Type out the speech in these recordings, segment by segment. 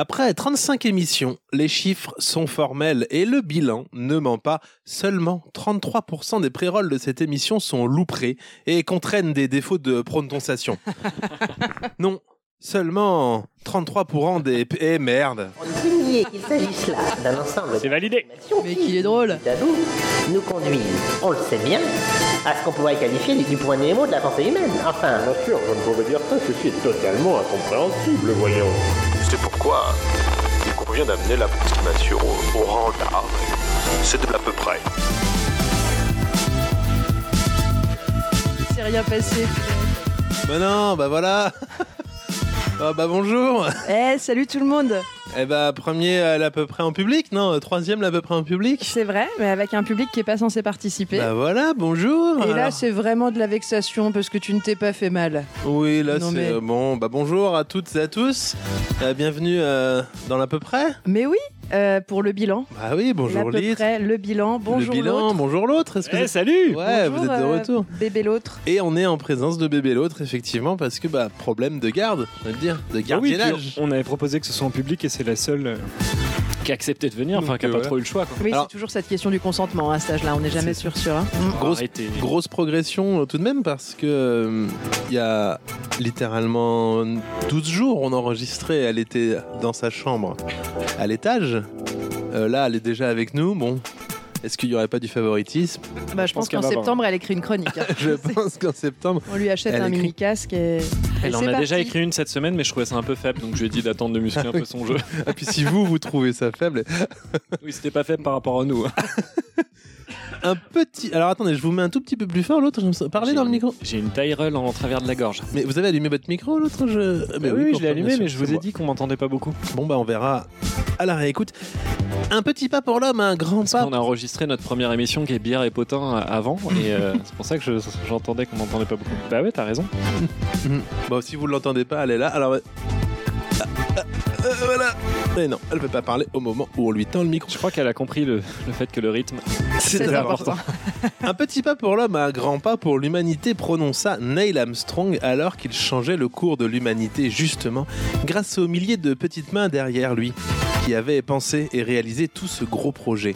Après 35 émissions, les chiffres sont formels et le bilan ne ment pas. Seulement 33% des pré-rolls de cette émission sont louprés et contraignent des défauts de prononciation. non, seulement 33% des... Eh merde On peut nier qu'il s'agisse là d'un ensemble C'est validé. d'animations Mais qui, qu'il est drôle. tout à coup, nous conduisent, on le sait bien, à ce qu'on pourrait qualifier du point Nemo de la pensée humaine. Enfin, Bien sûr, je ne pouvais dire ça, ceci est totalement incompréhensible, voyons. C'est pourquoi il convient d'amener l'approximation au, au rang d'art. C'est de l'à peu près. Il s'est rien passé. Bah non, bah voilà Ah bah bonjour Eh, salut tout le monde. Eh bah premier à l'à peu près en public, non euh, Troisième l'à peu près en public C'est vrai, mais avec un public qui est pas censé participer. Bah voilà, bonjour Et là, Alors- c'est vraiment de la vexation parce que tu ne t'es pas fait mal. Oui, là Non, c'est... mais- euh, Bon, bah bonjour à toutes et à tous Euh, Bienvenue euh, dans l'à peu près Mais oui, euh, pour le bilan. Bah oui, bonjour à peu Lise. près le bilan. Bonjour le bilan, l'autre. bonjour l'autre. Est-ce que Eh, c'est- salut Ouais, Bonjour, vous êtes de euh, retour. bébé l'autre. Et on est en présence de bébé l'autre, effectivement, parce que bah problème de garde, on va le dire, de Ah oui, gardiennage. puis on avait proposé que ce soit en public et c'est la seule euh, qui a accepté de venir, enfin Donc, qui a euh, pas trop eu le choix. Quoi. Oui, Alors- c'est toujours cette question du consentement hein, à cet âge-là. On n'est jamais sûr sûr. hein. Grosse- Arrêtez. Grosse progression euh, tout de même parce que euh, il y a littéralement 12 jours on enregistrait, elle était dans sa chambre à l'étage. Euh, là elle est déjà avec nous, bon. Est-ce qu'il n'y aurait pas du favoritisme Bah, je pense qu'elle qu'en va septembre, elle écrit une chronique. hein. Je pense qu'en septembre. On lui achète Elle un écrit. mini casque et. Elle en C'est a parti. déjà écrit une cette semaine, mais je trouvais ça un peu faible, donc je lui ai dit d'attendre de muscler un peu son jeu. Et Ah, puis si vous, vous trouvez ça faible, Oui, c'était pas faible par rapport à nous. hein. un petit. Alors attendez, je vous mets un tout petit peu plus fort l'autre. je me sens- Parlez J'ai dans le une- micro. J'ai une Tyrell en travers de la gorge. Mais vous avez allumé votre micro l'autre je... Ah, mais Bah oui, oui, je l'ai confirme, allumé, bien mais je sûr, vous c'est ai moi. dit qu'on m'entendait pas beaucoup. Bon bah on verra à la réécoute. Un petit pas pour l'homme, un grand Parce pas. qu'on a enregistré notre première émission qui est bière et potin euh, avant, et euh, c'est pour ça que je- j'entendais qu'on m'entendait pas beaucoup. Bah ouais, t'as raison. Bon si vous l'entendez pas, elle est là. Alors ah, ah, euh, voilà. Mais non, elle peut pas parler au moment où on lui tend le micro. Je crois qu'elle a compris le, le fait que le rythme. C'est important. Un petit pas pour l'homme, un grand pas pour l'humanité, prononça Neil Armstrong alors qu'il changeait le cours de l'humanité justement grâce aux milliers de petites mains derrière lui qui avaient pensé et réalisé tout ce gros projet.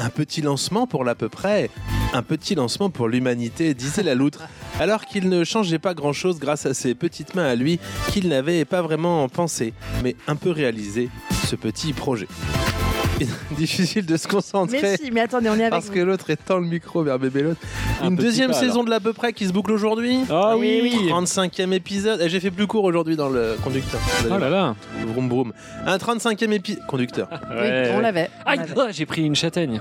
Un petit lancement pour l'à peu près, un petit lancement pour l'humanité, disait la loutre, alors qu'il ne changeait pas grand-chose grâce à ses petites mains à lui qu'il n'avait pas vraiment pensé, mais un peu réalisé ce petit projet. Difficile de se concentrer. Mais si, mais attendez, on est avec. Parce que l'autre étend le micro vers bébé l'autre. Un Une petit deuxième pas, saison de l'à peu près qui se boucle aujourd'hui. alors. Ah oui, 35e épisode. Eh, J'ai fait plus court aujourd'hui dans le conducteur. Vous allez Oh là là voir. Vroom vroom. Un 35e épisode. Conducteur. Oui, on l'avait. on Aïe, l'avait. ah, j'ai pris une châtaigne.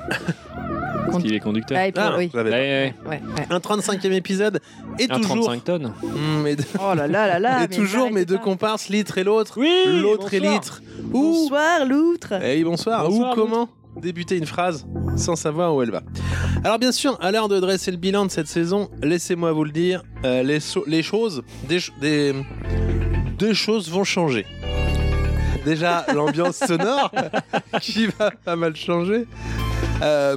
Parce qu'il est conducteur. Ah, et puis, Ah, oui. vous avez- Ouais, ouais, Ouais, ouais. Un 35e épisode. Et un toujours. 35 tonnes. Hum, mes deux- Oh là là là là. et mais toujours mes n'arrêtez deux pas. comparses, Litre et l'autre. Oui l'autre et Litre. Ouh Bonsoir l'outre. Eh oui, bonsoir. Bonsoir, Ou comment débuter une phrase sans savoir où elle va Alors bien sûr, à l'heure de dresser le bilan de cette saison, laissez-moi vous le dire, euh, les, so- les choses, des, ch- des, deux choses vont changer. Déjà l'ambiance sonore qui va pas mal changer. Euh,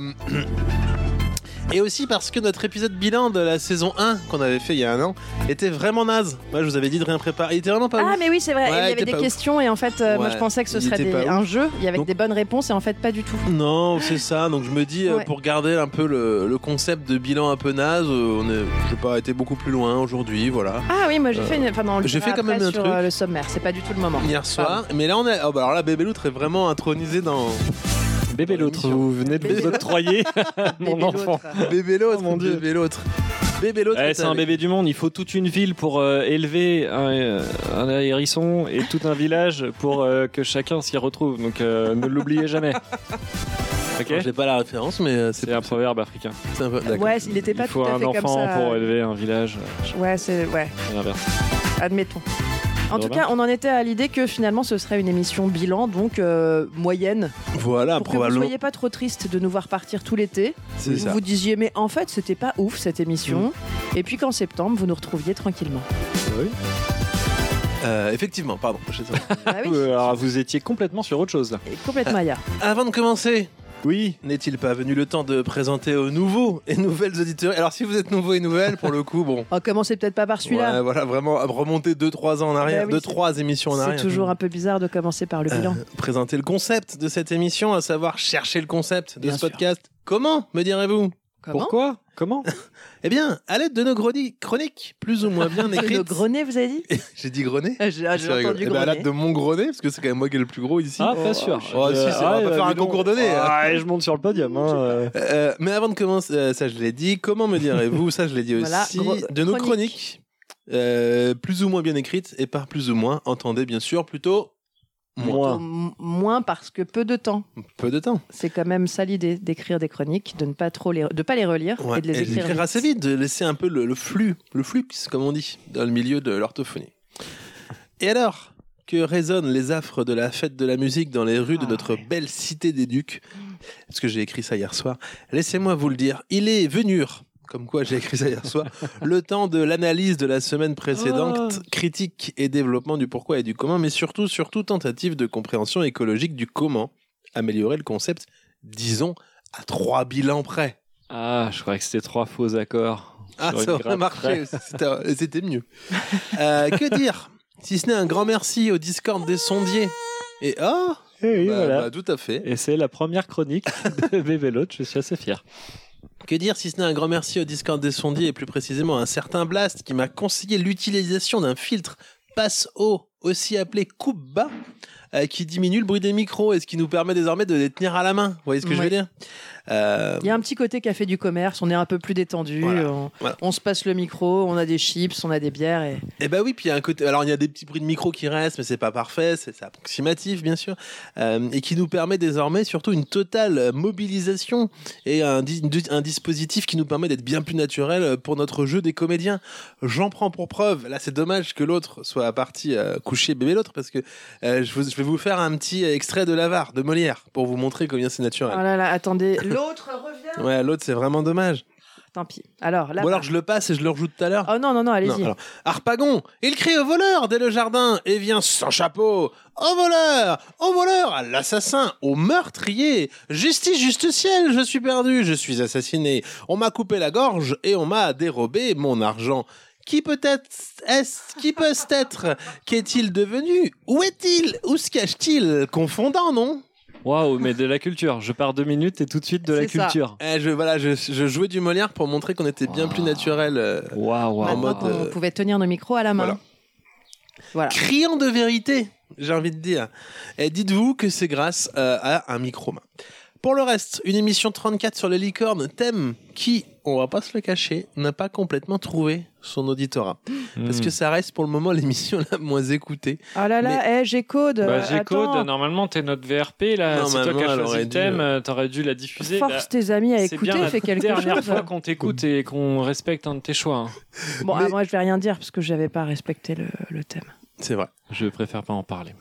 et aussi parce que notre épisode bilan de la saison 1 qu'on avait fait il y a un an était vraiment naze. Moi je vous avais dit de rien préparer. Il était vraiment pas ouf. Ah mais oui c'est Ouais, vrai, il y il avait était des pas ouf. questions et en fait euh, moi Ouais, je pensais que ce il serait était des- pas ouf. un jeu et avec Donc- des bonnes réponses et en fait pas du tout. Non, c'est ça. Donc je me dis, euh, Ouais. pour garder un peu le, le concept de bilan un peu naze, euh, on est, je sais pas, été beaucoup plus loin aujourd'hui, voilà. Ah oui moi j'ai Euh, fait une... Enfin non, on le j'ai dira fait quand après même un sur truc. euh, le sommaire, c'est pas du tout le moment. Hier soir, mais là on est. oh, bah alors là, Bébé Loutre est vraiment intronisé dans Bébé Dans l'autre, l'émission. vous venez de Bébé vous l'autre. octroyer mon Bébé enfant. l'autre. Bébé L'autre, Oh, mon Dieu. Bébé L'autre. Bébé L'autre. Eh, est c'est un avec- bébé du monde, il faut toute une ville pour euh, élever un, euh, un hérisson et tout un village pour euh, que chacun s'y retrouve. Donc euh, ne l'oubliez jamais. Ok Alors, J'ai pas la référence, mais euh, c'est C'est un proverbe africain. c'est un peu. d'accord. Ouais, il était pas Il faut tout à un fait comme enfant ça. euh, pour élever un village. Ouais, c'est ouais, C'est l'inverse. admettons. En tout Robin cas, on en était à l'idée que finalement ce serait une émission bilan, donc euh, moyenne. Voilà, pour que vous ne probablement. soyez pas trop triste de nous voir partir tout l'été. C'est Vous ça. Mm. vous disiez, mais en fait, c'était pas ouf cette émission. Et puis qu'en septembre, vous nous retrouviez tranquillement. Ah Euh, effectivement, pardon. je sais pas. Ah oui, Euh, alors, vous étiez complètement sur autre chose là. complètement ailleurs. Avant de commencer Oui. N'est-il pas venu le temps de présenter aux nouveaux et nouvelles auditeurs Alors, si vous êtes nouveaux et nouvelles, pour le coup, bon. Oh, commencez peut-être pas par celui-là. Ouais, voilà, vraiment, remonter 2-3 ans en arrière, Bah oui, 2-3 émissions en C'est arrière. toujours un peu bizarre de commencer par le Euh, bilan. Présenter le concept de cette émission, à savoir chercher le concept de Bien ce sûr. podcast. Comment, me direz-vous Comment Pourquoi Comment Eh bien, à l'aide de nos grodi- chroniques, plus ou moins bien Le écrites. grenet, vous avez dit J'ai dit grené Ah, J'ai ah, j'ai C'est rigolo. entendu Eh ben, à grenet. l'aide de mon grené, parce que c'est quand même moi qui ai le plus gros ici. Ah, Oh, pas sûr. oh, si, c'est- on va pas faire un dis donc. concours donné, hein. Ah, et je monte sur le podium. hein, euh. Euh, mais avant de commencer, euh, ça je l'ai dit, comment me direz-vous, ça je l'ai dit aussi, Voilà, gros- de nos chroniques, chronique. euh, plus ou moins bien écrites, et par plus ou moins, entendez bien sûr plutôt moins, Moins. M- Moins parce que peu de temps. peu de temps. C'est quand même ça l'idée d'écrire des chroniques, de ne pas trop les, de pas les relire Ouais, et de les écrire. vite. assez vite, de laisser un peu le, le flux, le flux, comme on dit, dans le milieu de l'orthophonie. Et alors que résonnent les affres de la fête de la musique dans les rues de Ah, Mm. notre belle cité des Ducs Parce que j'ai écrit ça hier soir. Laissez-moi vous le dire, il est venu, comme quoi j'ai écrit ça hier soir, le temps de l'analyse de la semaine Oh. précédente, critique et développement du pourquoi et du comment, mais surtout, surtout tentative de compréhension écologique du comment améliorer le concept, disons, à trois bilans près. Ah, je croyais que c'était trois faux accords. Ah, sur une ça aurait grappe. marché. C'était- C'était mieux. Euh, que dire Si ce n'est un grand merci au Discord des sondiers. Et oh Eh oui, Bah, voilà. bah, Tout à fait. Et c'est la première chronique de Bébélote, je suis assez fier. Que dire si ce n'est un grand merci au Discord des sondiers et plus précisément à un certain Blast qui m'a conseillé l'utilisation d'un filtre passe-haut, aussi appelé coupe-bas, euh, qui diminue le bruit des micros et ce qui nous permet désormais de les tenir à la main. Vous voyez ce que je veux Ouais. dire Euh, Il y a un petit côté café du commerce, on est un peu plus détendu, Voilà. on, Voilà. on se passe le micro, on a des chips, on a des bières et Eh ben oui, puis il y a un côté. Alors il y a des petits bruits de micro qui restent, mais c'est pas parfait, c'est c'est approximatif bien sûr, Euh, et qui nous permet désormais surtout une totale euh, mobilisation et un, di- du- un dispositif qui nous permet d'être bien plus naturel euh, pour notre jeu des comédiens. J'en prends pour preuve. Là, c'est dommage que l'autre soit parti euh, coucher bébé l'autre parce que euh, je, vous- je vais vous faire un petit euh, extrait de l'avare de Molière pour vous montrer combien c'est naturel. Oh là là, attendez, l'autre revient. Ouais, l'autre c'est vraiment dommage. Tant pis. Alors là. Ou alors je le passe et je le rejoue tout à l'heure. Oh non non non, Non, allez-y. alors, Harpagon, il crie au voleur dès le jardin et vient sans chapeau. Au voleur, au voleur, à l'assassin, au meurtrier. Justice, juste ciel, je suis perdu, je suis assassiné. On m'a coupé la gorge et on m'a dérobé mon argent. Qui peut-être est Qui peut être Qu'est-il devenu Où est-il Où se cache-t-il Confondant, non Waouh, mais de la culture. Je pars deux minutes et tout de suite de la C'est ça. culture. Eh, je, Voilà, je, je jouais du Molière pour montrer qu'on était bien Wow. plus naturel. euh, Waouh, waouh. en Maintenant mode, qu'on euh, pouvait tenir nos micros à la main. Voilà. criant de vérité, j'ai envie de dire. Et dites-vous que c'est grâce euh, à un micro-main. Pour le reste, une émission 34 sur les licornes, thème qui, on va pas se le cacher, n'a pas complètement trouvé son auditorat. Parce Hmm. que ça reste pour le moment l'émission la moins écoutée. Oh là là, eh, j'ai code. Bah, euh, attends, Gécode, normalement, t'es notre VRP, là. C'est toi qui Normalement, as elle choisi aurait le dû, thème, euh, t'aurais dû la diffuser. Bah, Force tes amis à c'est bien écouter, la fais quelque dernière chose. fois qu'on t'écoute et qu'on respecte un de tes choix. hein. Bon, ah, Mais- moi je vais rien dire parce que j'avais pas respecté le, le thème. C'est vrai. Je préfère pas en parler.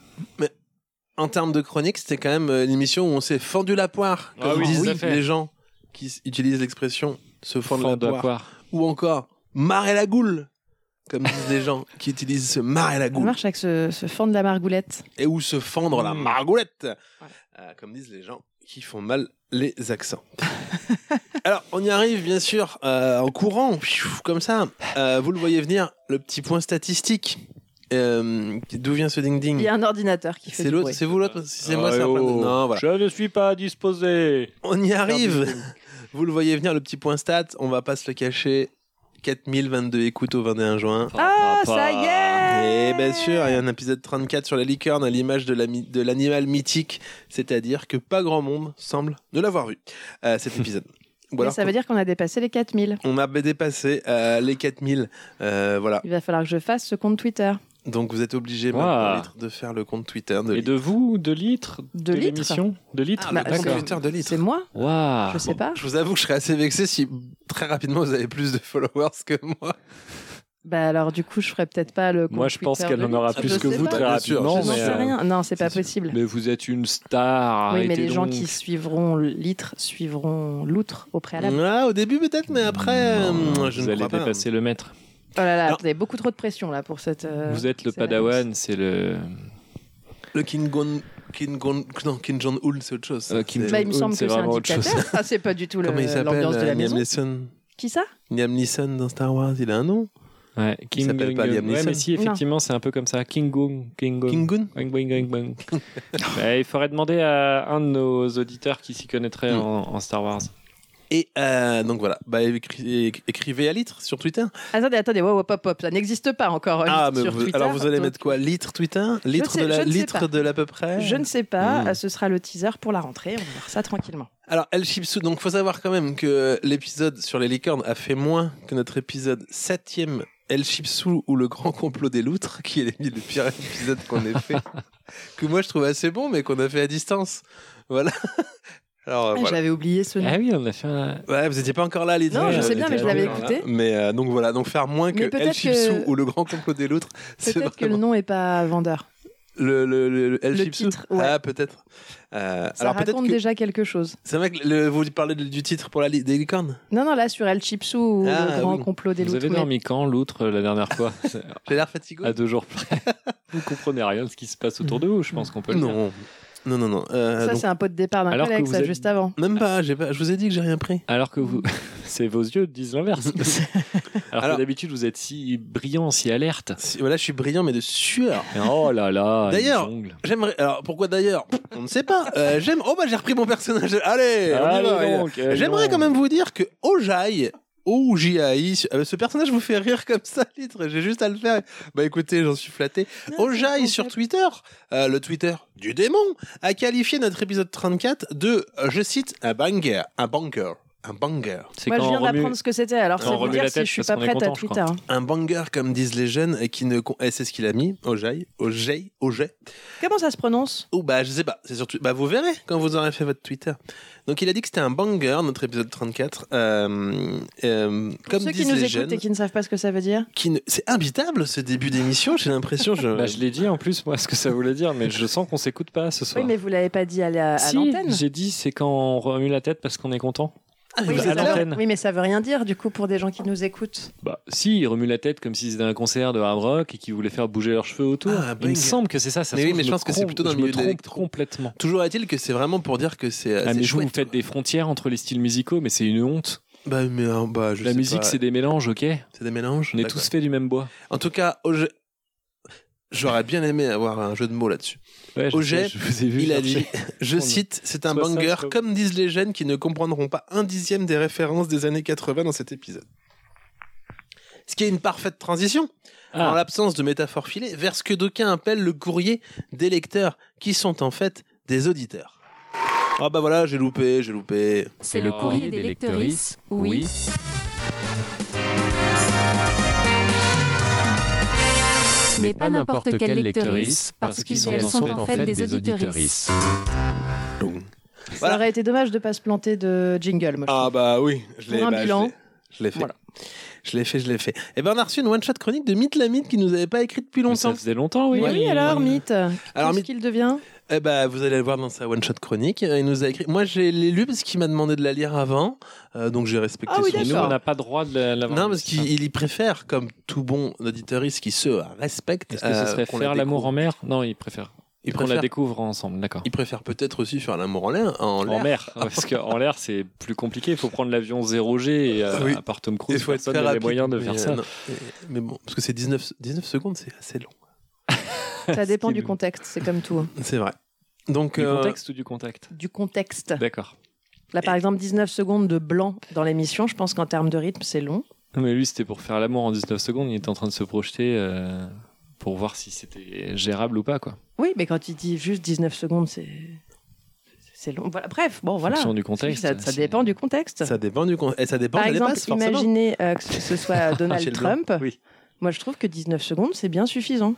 En termes de chronique, c'était quand même euh, l'émission où on s'est fendu la poire, comme Ah oui, disent tout à fait. les gens qui s- utilisent l'expression se fendre la Fendre la poire. poire. Ou encore marrer la goule, comme disent les gens qui utilisent ce marrer la On goule. marche avec ce, ce fan de la margoulette. et où se fendre la Mm. margoulette, Voilà. Euh, comme disent les gens qui font mal les accents. Alors, on y arrive bien sûr euh, en courant, pfiou, comme ça. Euh, vous le voyez venir, le petit point statistique. Euh, D'où vient ce Il y ding-ding a un ordinateur qui C'est fait du l'autre, bruit. c'est vous l'autre, si c'est moi, Ah, c'est un oh, point de- Non, voilà. Je ne suis pas disposé. On y arrive. Faire du- Vous le voyez venir, le petit point stat. On va pas se le cacher. 4022 écoutes au 21 juin. Ah, bah. ça y est Et bien Eh ben, sûr, il y a un épisode 34 sur la licorne à l'image de la mi- de l'animal mythique, c'est-à-dire que pas grand monde semble ne l'avoir vu, euh, cet épisode. Ou Mais alors, ça veut dire qu'on a dépassé les 4000. on a dépassé euh, les 4000, euh, voilà. Il va falloir que je fasse ce compte Twitter. Donc vous êtes obligé Wow. maintenant, Litre, de faire le compte Twitter de Et de vous, de litres De litres l'émission De litres Ah, Bah, le compte d'accord. Twitter Ah, de Litre. C'est moi Waouh. Je sais pas. Je vous avoue que je serais assez vexé si très rapidement vous avez plus de followers que moi. Bah alors du coup, je ferai peut-être pas le compte Moi, je pense Twitter qu'elle de en aura Litre. plus Je que sais vous pas. très Bien sûr, rapidement. Je n'en mais, sais euh, rien. Non, c'est pas Oh, c'est- possible. mais vous êtes une star. oui, mais arrêtez les gens donc. qui suivront Litre suivront l'outre au préalable. Ah, au début peut-être, mais après, euh, je vous ne allez crois pas. dépasser le maître. Oh là là, Alors- vous avez beaucoup trop de pression là pour cette. euh, vous êtes le c'est la padawan, c'est le. Le King Gon- Kim, Gon- non, Kim Jong-un, c'est autre chose. Euh, Kim C'est- Jong- Bah, il me Hoon, semble c'est que c'est un vraiment autre chose. dictateur. Ah, c'est pas du tout le- Comment il s'appelle l'ambiance de euh, la Liam maison. Neeson Qui ça Liam Neeson dans Star Wars, il a un nom Ouais, King s'appelle pas Gung- Liam Ouais, Neeson. mais si, effectivement, c'est un peu comme ça. King Gung. King Gung. King Gun Boing, boing, boing, boing. Bah, il faudrait demander à un de nos auditeurs qui s'y connaîtrait Mm. en, en Star Wars. Et euh, donc voilà, bah, écri- éc- écrivez à litre sur Twitter. Attendez, attendez, wow, wow, pop, pop, ça n'existe pas encore. euh, ah, liste mais sur vous- Twitter, alors vous allez donc- mettre quoi Litre Twitter Litre sais- de la je ne sais litre pas. de l'à peu près Je ne sais pas, Mm. euh, ce sera le teaser pour la rentrée, on va voir ça tranquillement. Alors, El Chipsou, donc faut savoir quand même que l'épisode sur les licornes a fait moins que notre épisode septième El Chipsou ou le grand complot des loutres, qui est le pire épisode qu'on ait fait, que moi je trouve assez bon, mais qu'on a fait à distance. Voilà. Alors, euh, Ah, voilà. J'avais oublié ce nom. Ah oui, on a fait un. Ouais, vous n'étiez pas encore là, les Non, deux, je euh, sais bien, les mais deux je l'avais gens, là. écouté. Mais euh, donc voilà, donc faire moins Mais que El peut-être Chipsou que- ou le grand complot des loutres, c'est Peut-être que le nom est pas vendeur. le, le, le, le El Le Chipsou. titre, ouais. Ah, peut-être. Euh, Ça alors peut-être raconte que. déjà quelque chose. C'est vrai que le- vous parlez de- du titre pour la li- des licornes Non, non, là sur El Chipsou ou Ah, le grand oui. complot des Vous loutres. avez mais- dormi quand, l'outre, la dernière fois J'ai l'air fatigué. À deux jours près. Vous comprenez rien de ce qui se passe autour de vous, je pense qu'on peut le dire. Non, non, non, non. Euh, Ça, donc, c'est un pot de départ d'un Alors que collègue, vous ça, êtes- juste avant. même pas, j'ai pas. Je vous ai dit que j'ai rien pris. Alors que vous. C'est vos yeux disent l'inverse. Alors, Alors- que d'habitude, vous êtes si brillant, si alerte. Si- voilà, je suis brillant, mais de sueur. Et Oh là là. il D'ailleurs, jongle. J'aimerais. Alors pourquoi d'ailleurs On ne sait pas. Euh, J'aime. Oh bah j'ai repris mon personnage. Allez, on y Allez va, allez. Ah donc, euh, allez Euh, J'aimerais donc. quand même vous dire que Ojai. Oh, J.A.I. Ce personnage vous fait rire comme ça, litre. J'ai juste à le faire. Bah écoutez, j'en suis flatté. Ojai sur Twitter, euh, le Twitter du démon, a qualifié notre épisode 34 de, euh, je cite, un banger. Un banger. Un banger. C'est Moi, je quand viens on remue- d'apprendre ce que c'était, alors quand ça on veut remue dire la si tête, je suis parce pas qu'on est prête à content, je Twitter. crois. hein. un banger comme disent les jeunes et qui ne con- eh, c'est ce qu'il a mis Ojai Ojai Ojai Comment ça se prononce ou bah je sais pas c'est surtout bah vous verrez quand vous aurez fait votre Twitter donc il a dit que c'était un banger notre épisode 34 euh, euh, comme Ceux qui disent nous les écoutent jeunes et qui ne savent pas ce que ça veut dire. qui ne- c'est imbitable ce début d'émission j'ai l'impression je... Bah, je l'ai dit en plus, moi, ce que ça voulait dire, mais je sens qu'on s'écoute pas ce Oui, soir. mais vous l'avez pas dit à la- à Si, l'antenne. j'ai dit, c'est quand on remue la tête parce qu'on est content. Ah, Oui, bah, c'est ça à alors, veut- l'antenne. oui, mais ça veut rien dire du coup pour des gens qui nous écoutent. Bah, si, ils remuent la tête comme si c'était un concert de hard rock et qu'ils voulaient faire bouger leurs cheveux autour. Ah, Il me banger. semble que c'est ça. ça se Mais oui, trouve, mais je me pense que c'est trompe, plutôt dans le je me milieu de trompe l'électro. complètement. toujours est-il que c'est vraiment pour dire que c'est Ah, euh, mais c'est vous, vous chouette faites des frontières entre les styles musicaux, mais c'est une honte. bah mais euh, bah je la sais musique, pas. c'est des mélanges, ok c'est des mélanges On est D'accord. tous faits du même bois. en tout cas Ojai j'aurais bien aimé avoir un jeu de mots là-dessus Ouais, je, Au jet, sais, je vous ai vu. Il a chercher. dit, je On- cite, c'est un soit ça, banger soit- comme disent les jeunes qui ne comprendront pas un dixième des références des années 80 dans cet épisode. Ce qui est une parfaite transition, en Ah, l'absence de métaphore filée, vers ce que d'aucuns appellent le courrier des lecteurs, qui sont en fait des auditeurs. Ah bah voilà, j'ai loupé, j'ai loupé. C'est le courrier des lectrices, oui. Mais pas n'importe quelle lectrice, parce qu'elles sont en fait des auditrices. Voilà. Ça aurait été dommage de pas se planter de jingle. Moi, je Ah bah oui, je Pour l'ai un bah, je bilan. l'ai- Je l'ai fait. Voilà. Je l'ai fait, je l'ai fait. Et ben on a reçu une one-shot chronique de Mythe Lamide qui nous avait pas écrit depuis mais ça longtemps. faisait longtemps, oui. trouve. Mais oui, alors, Mythe, Alors, qu'est-ce Mythe- qu'il devient Eh ben, vous allez le voir dans sa one shot chronique. Euh, Il nous a écrit. Moi, j'ai l'ai lu parce qu'il m'a demandé de la lire avant, Euh, donc j'ai respecté Ah oui, son Et nous, d'accord. on n'a pas Ah. droit de la- l'avoir. Non, parce c'est ça. qu'il il y préfère, comme tout bon auditoriste qui se respecte. Est-ce que ce euh, serait qu'on faire la l'amour découvre. en mer Non, il préfère. Il Qu'on préfère, la découvre ensemble, d'accord. il préfère peut-être aussi faire l'amour en l'air. hein, En En l'air. mer, parce qu'en l'air c'est plus compliqué, il faut prendre l'avion 0G et euh, Oui. à part Tom Il Cruise, faut être personne très n'a les rapide. moyens de Mais, faire euh, ça. non. Et- Mais bon, parce que c'est 19, 19 secondes, c'est assez long. Ça dépend qui du nous- contexte, c'est comme tout. hein. C'est vrai. Donc, Du euh, contexte ou du contact Du contexte. D'accord. Là, par exemple, 19 secondes de blanc dans l'émission, je pense qu'en termes de rythme, c'est long. Mais lui c'était pour faire l'amour en 19 secondes, il était en train de se projeter euh, pour voir si c'était gérable ou pas, quoi. Oui, mais quand il dit juste 19 secondes, c'est. C'est long. Voilà, Bref, bon, En voilà. fonction du contexte. ça, ça c'est- dépend du contexte. ça dépend du contexte. Et ça dépend Par de la exemple, dépasse, forcément. imaginez euh, que ce soit Donald Chez le blanc, Trump. oui. Moi, je trouve que 19 secondes, c'est bien suffisant.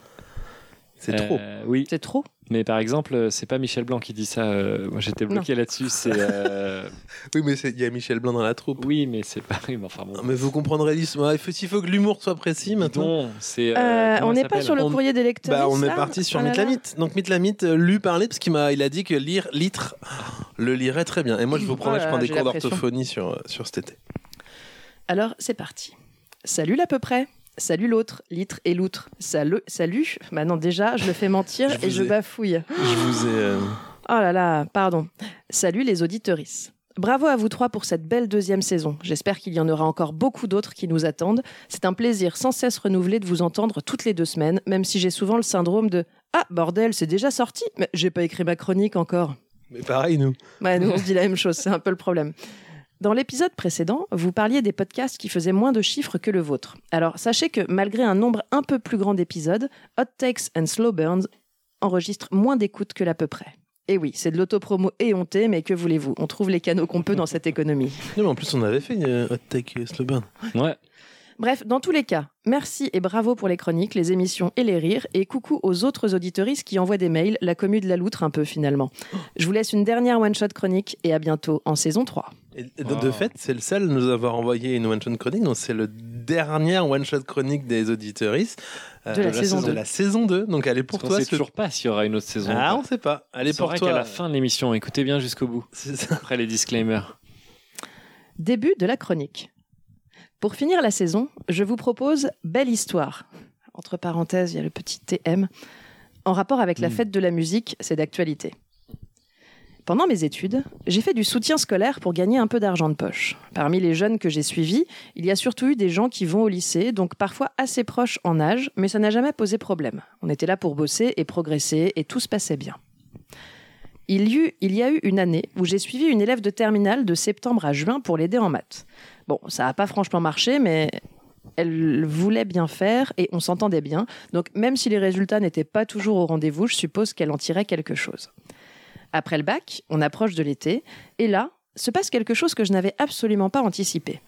C'est Euh, trop. Oui, C'est trop. mais par exemple, euh, c'est pas Michel Blanc qui dit ça. euh, moi j'étais bloqué là-dessus. C'est euh, Oui, mais c'est- il y a Michel Blanc dans la troupe. oui, mais c'est pas. oui, mais enfin bon. Non, mais vous comprendrez l'histoire. Il faut, il faut que l'humour soit précis maintenant. Non, c'est. euh, Euh, comment on ça n'est pas s'appelle sur le On- courrier Ah des lecteurs. Bah, on est parti sur Mythalamite. Donc Mythalamite, euh, lui parlait parce qu'il m'a, il a dit que lire litre le lirait très bien. Et moi, je vous promets, Oh là je prends là, des j'ai cours la pression. d'orthophonie sur euh, sur cet été. Alors, c'est parti. Salut l'à peu près. Salut l'autre, litre et l'outre. Salut, salut. Bah non, déjà, je le fais mentir Je et vous je ai- bafouille. Je vous ai. euh, Oh là là, pardon. Salut les auditorices. Bravo à vous trois pour cette belle deuxième saison. J'espère qu'il y en aura encore beaucoup d'autres qui nous attendent. C'est un plaisir sans cesse renouvelé de vous entendre toutes les deux semaines, même si j'ai souvent le syndrome de Ah bordel, c'est déjà sorti, mais j'ai pas écrit ma chronique encore. Mais pareil, nous. Ouais, nous on se dit la même chose, c'est un peu le problème. Dans l'épisode précédent, vous parliez des podcasts qui faisaient moins de chiffres que le vôtre. Alors sachez que malgré un nombre un peu plus grand d'épisodes, Hot Takes and Slow Burns enregistrent moins d'écoutes que l'à peu près. Et oui, c'est de l'autopromo éhonté, mais que voulez-vous On trouve les canaux qu'on peut dans cette économie. Non, mais en plus, on avait fait une euh, hot take euh, Slobin. Ouais. Bref, dans tous les cas, merci et bravo pour les chroniques, les émissions et les rires, et coucou aux autres auditoristes qui envoient des mails, la commu de la loutre un peu finalement. Je vous laisse une dernière one-shot chronique, et à bientôt en saison 3. Et de, Ah. de fait, c'est le seul à nous avoir envoyé une one-shot chronique. Donc, c'est le dernier one-shot chronique des auditeuristes euh, De la saison de deux. la saison 2. Donc, elle est pour Pour toi, toi. c'est ce- toujours pas s'il y aura une autre saison. Ah, on sait pas. Elle est, C'est pour vrai toi. qu'à la fin de l'émission, écoutez bien jusqu'au bout. C'est ça. Après les disclaimers. Début de la chronique. Pour finir la saison, je vous propose Belle Histoire. Entre parenthèses, il y a le petit TM. En rapport avec la fête de la musique, c'est d'actualité. Pendant mes études, j'ai fait du soutien scolaire pour gagner un peu d'argent de poche. Parmi les jeunes que j'ai suivis, il y a surtout eu des gens qui vont au lycée, donc parfois assez proches en âge, mais ça n'a jamais posé problème. On était là pour bosser et progresser, et tout se passait bien. Il y, eut- il y a eu une année où j'ai suivi une élève de terminale de septembre à juin pour l'aider en maths. Bon, ça n'a pas franchement marché, mais elle voulait bien faire et on s'entendait bien. Donc même si les résultats n'étaient pas toujours au rendez-vous, je suppose qu'elle en tirait quelque chose. Après le bac, on approche de l'été, et là, se passe quelque chose que je n'avais absolument pas anticipé.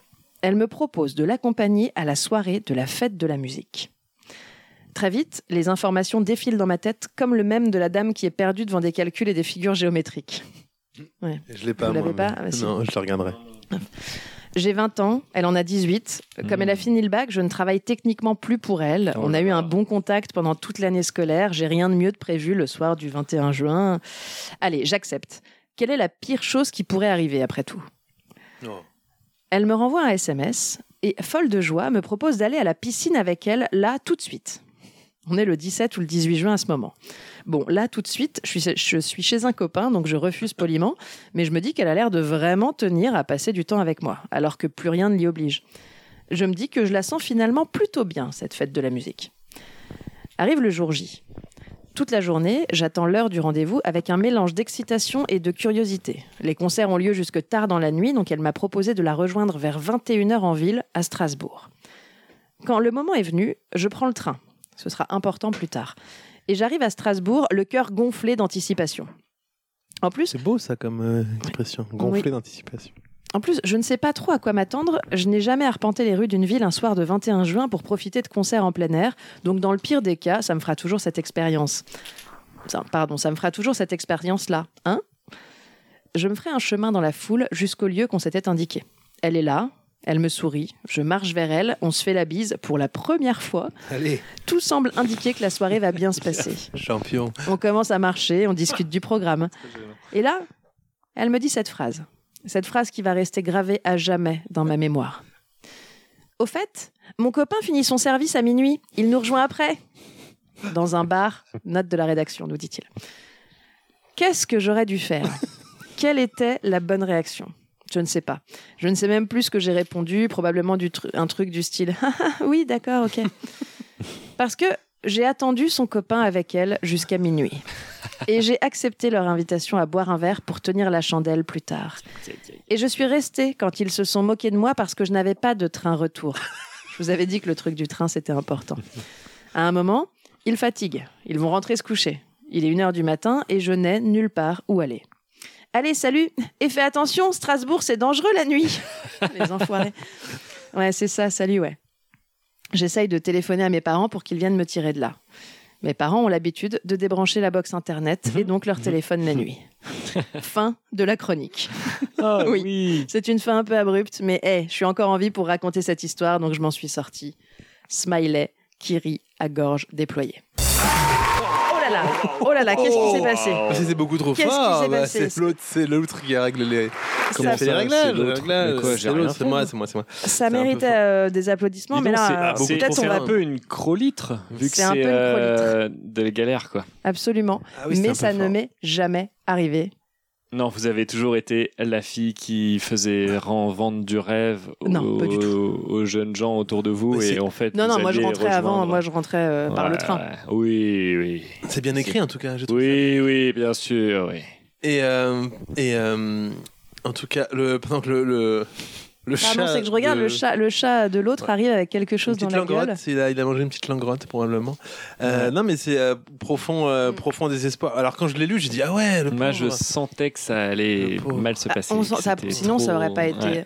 Elle me propose de l'accompagner à la soirée de la fête de la musique. Très vite, les informations défilent dans ma tête comme le même de la dame qui est perdue devant des calculs et des figures géométriques. Je l'ai pas. Vous moi, l'avez mais- pas Ah, bah, si. Non, je la regarderai. J'ai 20 ans, elle en a 18. Comme Mmh. elle a fini le bac, je ne travaille techniquement plus pour elle. Oh On là a eu là. un bon contact pendant toute l'année scolaire. J'ai rien de mieux de prévu le soir du 21 juin. Allez, j'accepte. Quelle est la pire chose qui pourrait arriver après tout Non. Elle me renvoie un SMS et, folle de joie, me propose d'aller à la piscine avec elle, là, tout de suite. On est le 17 ou le 18 juin à ce moment. Bon, là, tout de suite, je suis, je suis chez un copain, donc je refuse poliment, mais je me dis qu'elle a l'air de vraiment tenir à passer du temps avec moi, alors que plus rien ne l'y oblige. Je me dis que je la sens finalement plutôt bien, cette fête de la musique. Arrive le jour J. Toute la journée, j'attends l'heure du rendez-vous avec un mélange d'excitation et de curiosité. Les concerts ont lieu jusque tard dans la nuit, donc elle m'a proposé de la rejoindre vers 21h en ville, à Strasbourg. Quand le moment est venu, je prends le train. Ce sera important plus tard. Et j'arrive à Strasbourg, le cœur gonflé d'anticipation. En plus, C'est beau, ça, comme euh, expression. Gonflé d'anticipation. en plus, je ne sais pas trop à quoi m'attendre. Je n'ai jamais arpenté les rues d'une ville un soir de 21 juin pour profiter de concerts en plein air. Donc, dans le pire des cas, ça me fera toujours cette expérience. Ça- Pardon, ça me fera toujours cette expérience-là, hein Je me ferai un chemin dans la foule jusqu'au lieu qu'on s'était indiqué. Elle est là, elle me sourit, je marche vers elle, on se fait la bise pour la première fois. Allez, Tout semble indiquer que la soirée va bien se passer. champion. Oh. On commence à marcher, on discute du programme. Et là, elle me dit cette phrase. Cette phrase qui va rester gravée à jamais dans ma mémoire. Au fait, mon copain finit son service à minuit. Il nous rejoint après. Dans un bar, note de la rédaction, nous dit-il. Qu'est-ce que j'aurais dû faire Quelle était la bonne réaction Je ne sais pas. Je ne sais même plus ce que j'ai répondu, probablement du tru- un truc du style Ah, ah, Oui, d'accord, ok. Parce que j'ai attendu son copain avec elle jusqu'à minuit. Et j'ai accepté leur invitation à boire un verre pour tenir la chandelle plus tard. Et je suis restée quand ils se sont moqués de moi parce que je n'avais pas de train retour. Je vous avais dit que le truc du train, c'était important. À un moment, ils fatiguent. Ils vont rentrer se coucher. Il est une heure du matin et je n'ai nulle part où aller. Allez, salut Et fais attention, Strasbourg, c'est dangereux la nuit Les enfoirés. Ouais, c'est ça, salut, ouais. J'essaye de téléphoner à mes parents pour qu'ils viennent me tirer de là. Mes parents ont l'habitude de débrancher la box internet et donc leur téléphone la nuit. Fin de la chronique. Ah Oui. oui. C'est une fin un peu abrupte, mais hey, je suis encore en vie pour raconter cette histoire, donc je m'en suis sortie. Smiley qui rit à gorge déployée. Oh là là là, oh là là, qu'est-ce qui s'est passé Mais C'est beaucoup trop Qu'est-ce qui fort. s'est bah, passé c'est l'autre, c'est l'autre qui règle les. Ça, c'est ça, les réglages c'est l'autre les réglages, Mais quoi, j'ai C'est rien l'autre, c'est fait, moi, moi. c'est moi, c'est moi. Ça un peu méritait fort. euh, des applaudissements, Dis mais donc, c'est- là, euh, beaucoup c'est trop peut-être on c'est va un peu une crolitre, vu que C'est un peu c'est une euh, des galères, quoi. absolument. Ah oui, c'est un mais peu ça ne fort. m'est jamais arrivé. Non, vous avez toujours été la fille qui faisait ren- vendre du rêve aux, Non, pas du tout. aux jeunes gens autour de vous Mais c'est- et en fait. Non, vous non, moi je alliez rentrais avant, rejoindre- moi je rentrais euh, par le Ouais, train. ouais. Oui, oui. C'est bien écrit en tout cas. je trouve ça. Oui, oui, bien sûr, oui. Et euh, et euh, en tout cas, le pendant que le le, le Ah chat. non, c'est que je regarde de- le chat, le chat de l'autre arrive avec quelque Une chose dans petite la gueule. langrotte, il a, il a mangé une petite langrotte probablement. Euh, Non mais c'est euh, profond, euh, Mm. profond désespoir. Alors quand je l'ai lu, j'ai dit ah ouais, le Moi, je pauvre. sentais que ça allait Le pauvre. mal se Bah, passer. on que s'en- ça- c'était sinon, ça trop- aurait pas été. Ouais.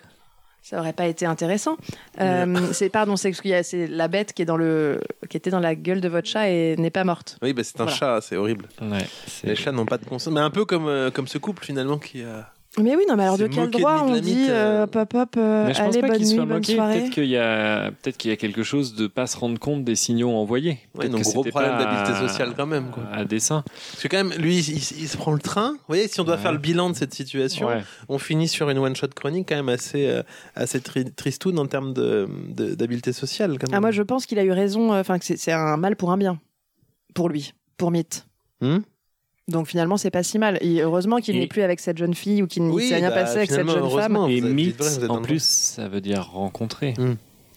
Ça aurait pas été intéressant. Euh, c'est pardon, c'est parce qu'il y a- c'est la bête qui est dans le qui était dans la gueule de votre chat et n'est pas morte. Oui, bah, c'est un Voilà. chat, c'est horrible. Ouais, Les c'est- chats n'ont pas de conscience. Mais un peu comme euh, comme ce couple finalement qui euh, a. Mais oui, non, mais alors C'est de quel moqué de droit on Midlamite, dit euh, euh, hop hop hop, euh, Mais je pense allez pas bonne qu'il nuit, soit bonne moqué. soirée. Peut-être qu'il y a, peut-être qu'il y a quelque chose de pas se rendre compte des signaux envoyés. Ouais, Peut-être donc que gros c'était problème pas d'habileté à- sociale quand même. Quoi. À dessin. Parce que quand même, lui, il, il- il se prend le train. Vous voyez, si on doit Ouais. faire le bilan de cette situation, Ouais. on finit sur une one-shot chronique quand même assez, euh, assez tri- tristoune en termes de- de- d'habileté sociale. Quand même. Ah, moi, je pense qu'il a eu raison. euh, Enfin, que c'est- c'est un mal pour un bien pour lui, pour Mythe. Hmm Donc finalement, c'est pas si mal. Et heureusement qu'il Et- n'est plus avec cette jeune fille ou qu'il ne Oui, s'est rien bah, passé avec cette finalement, jeune femme. heureusement, Et vous êtes- mythe, vous êtes dans en le- plus, ça veut dire rencontrer.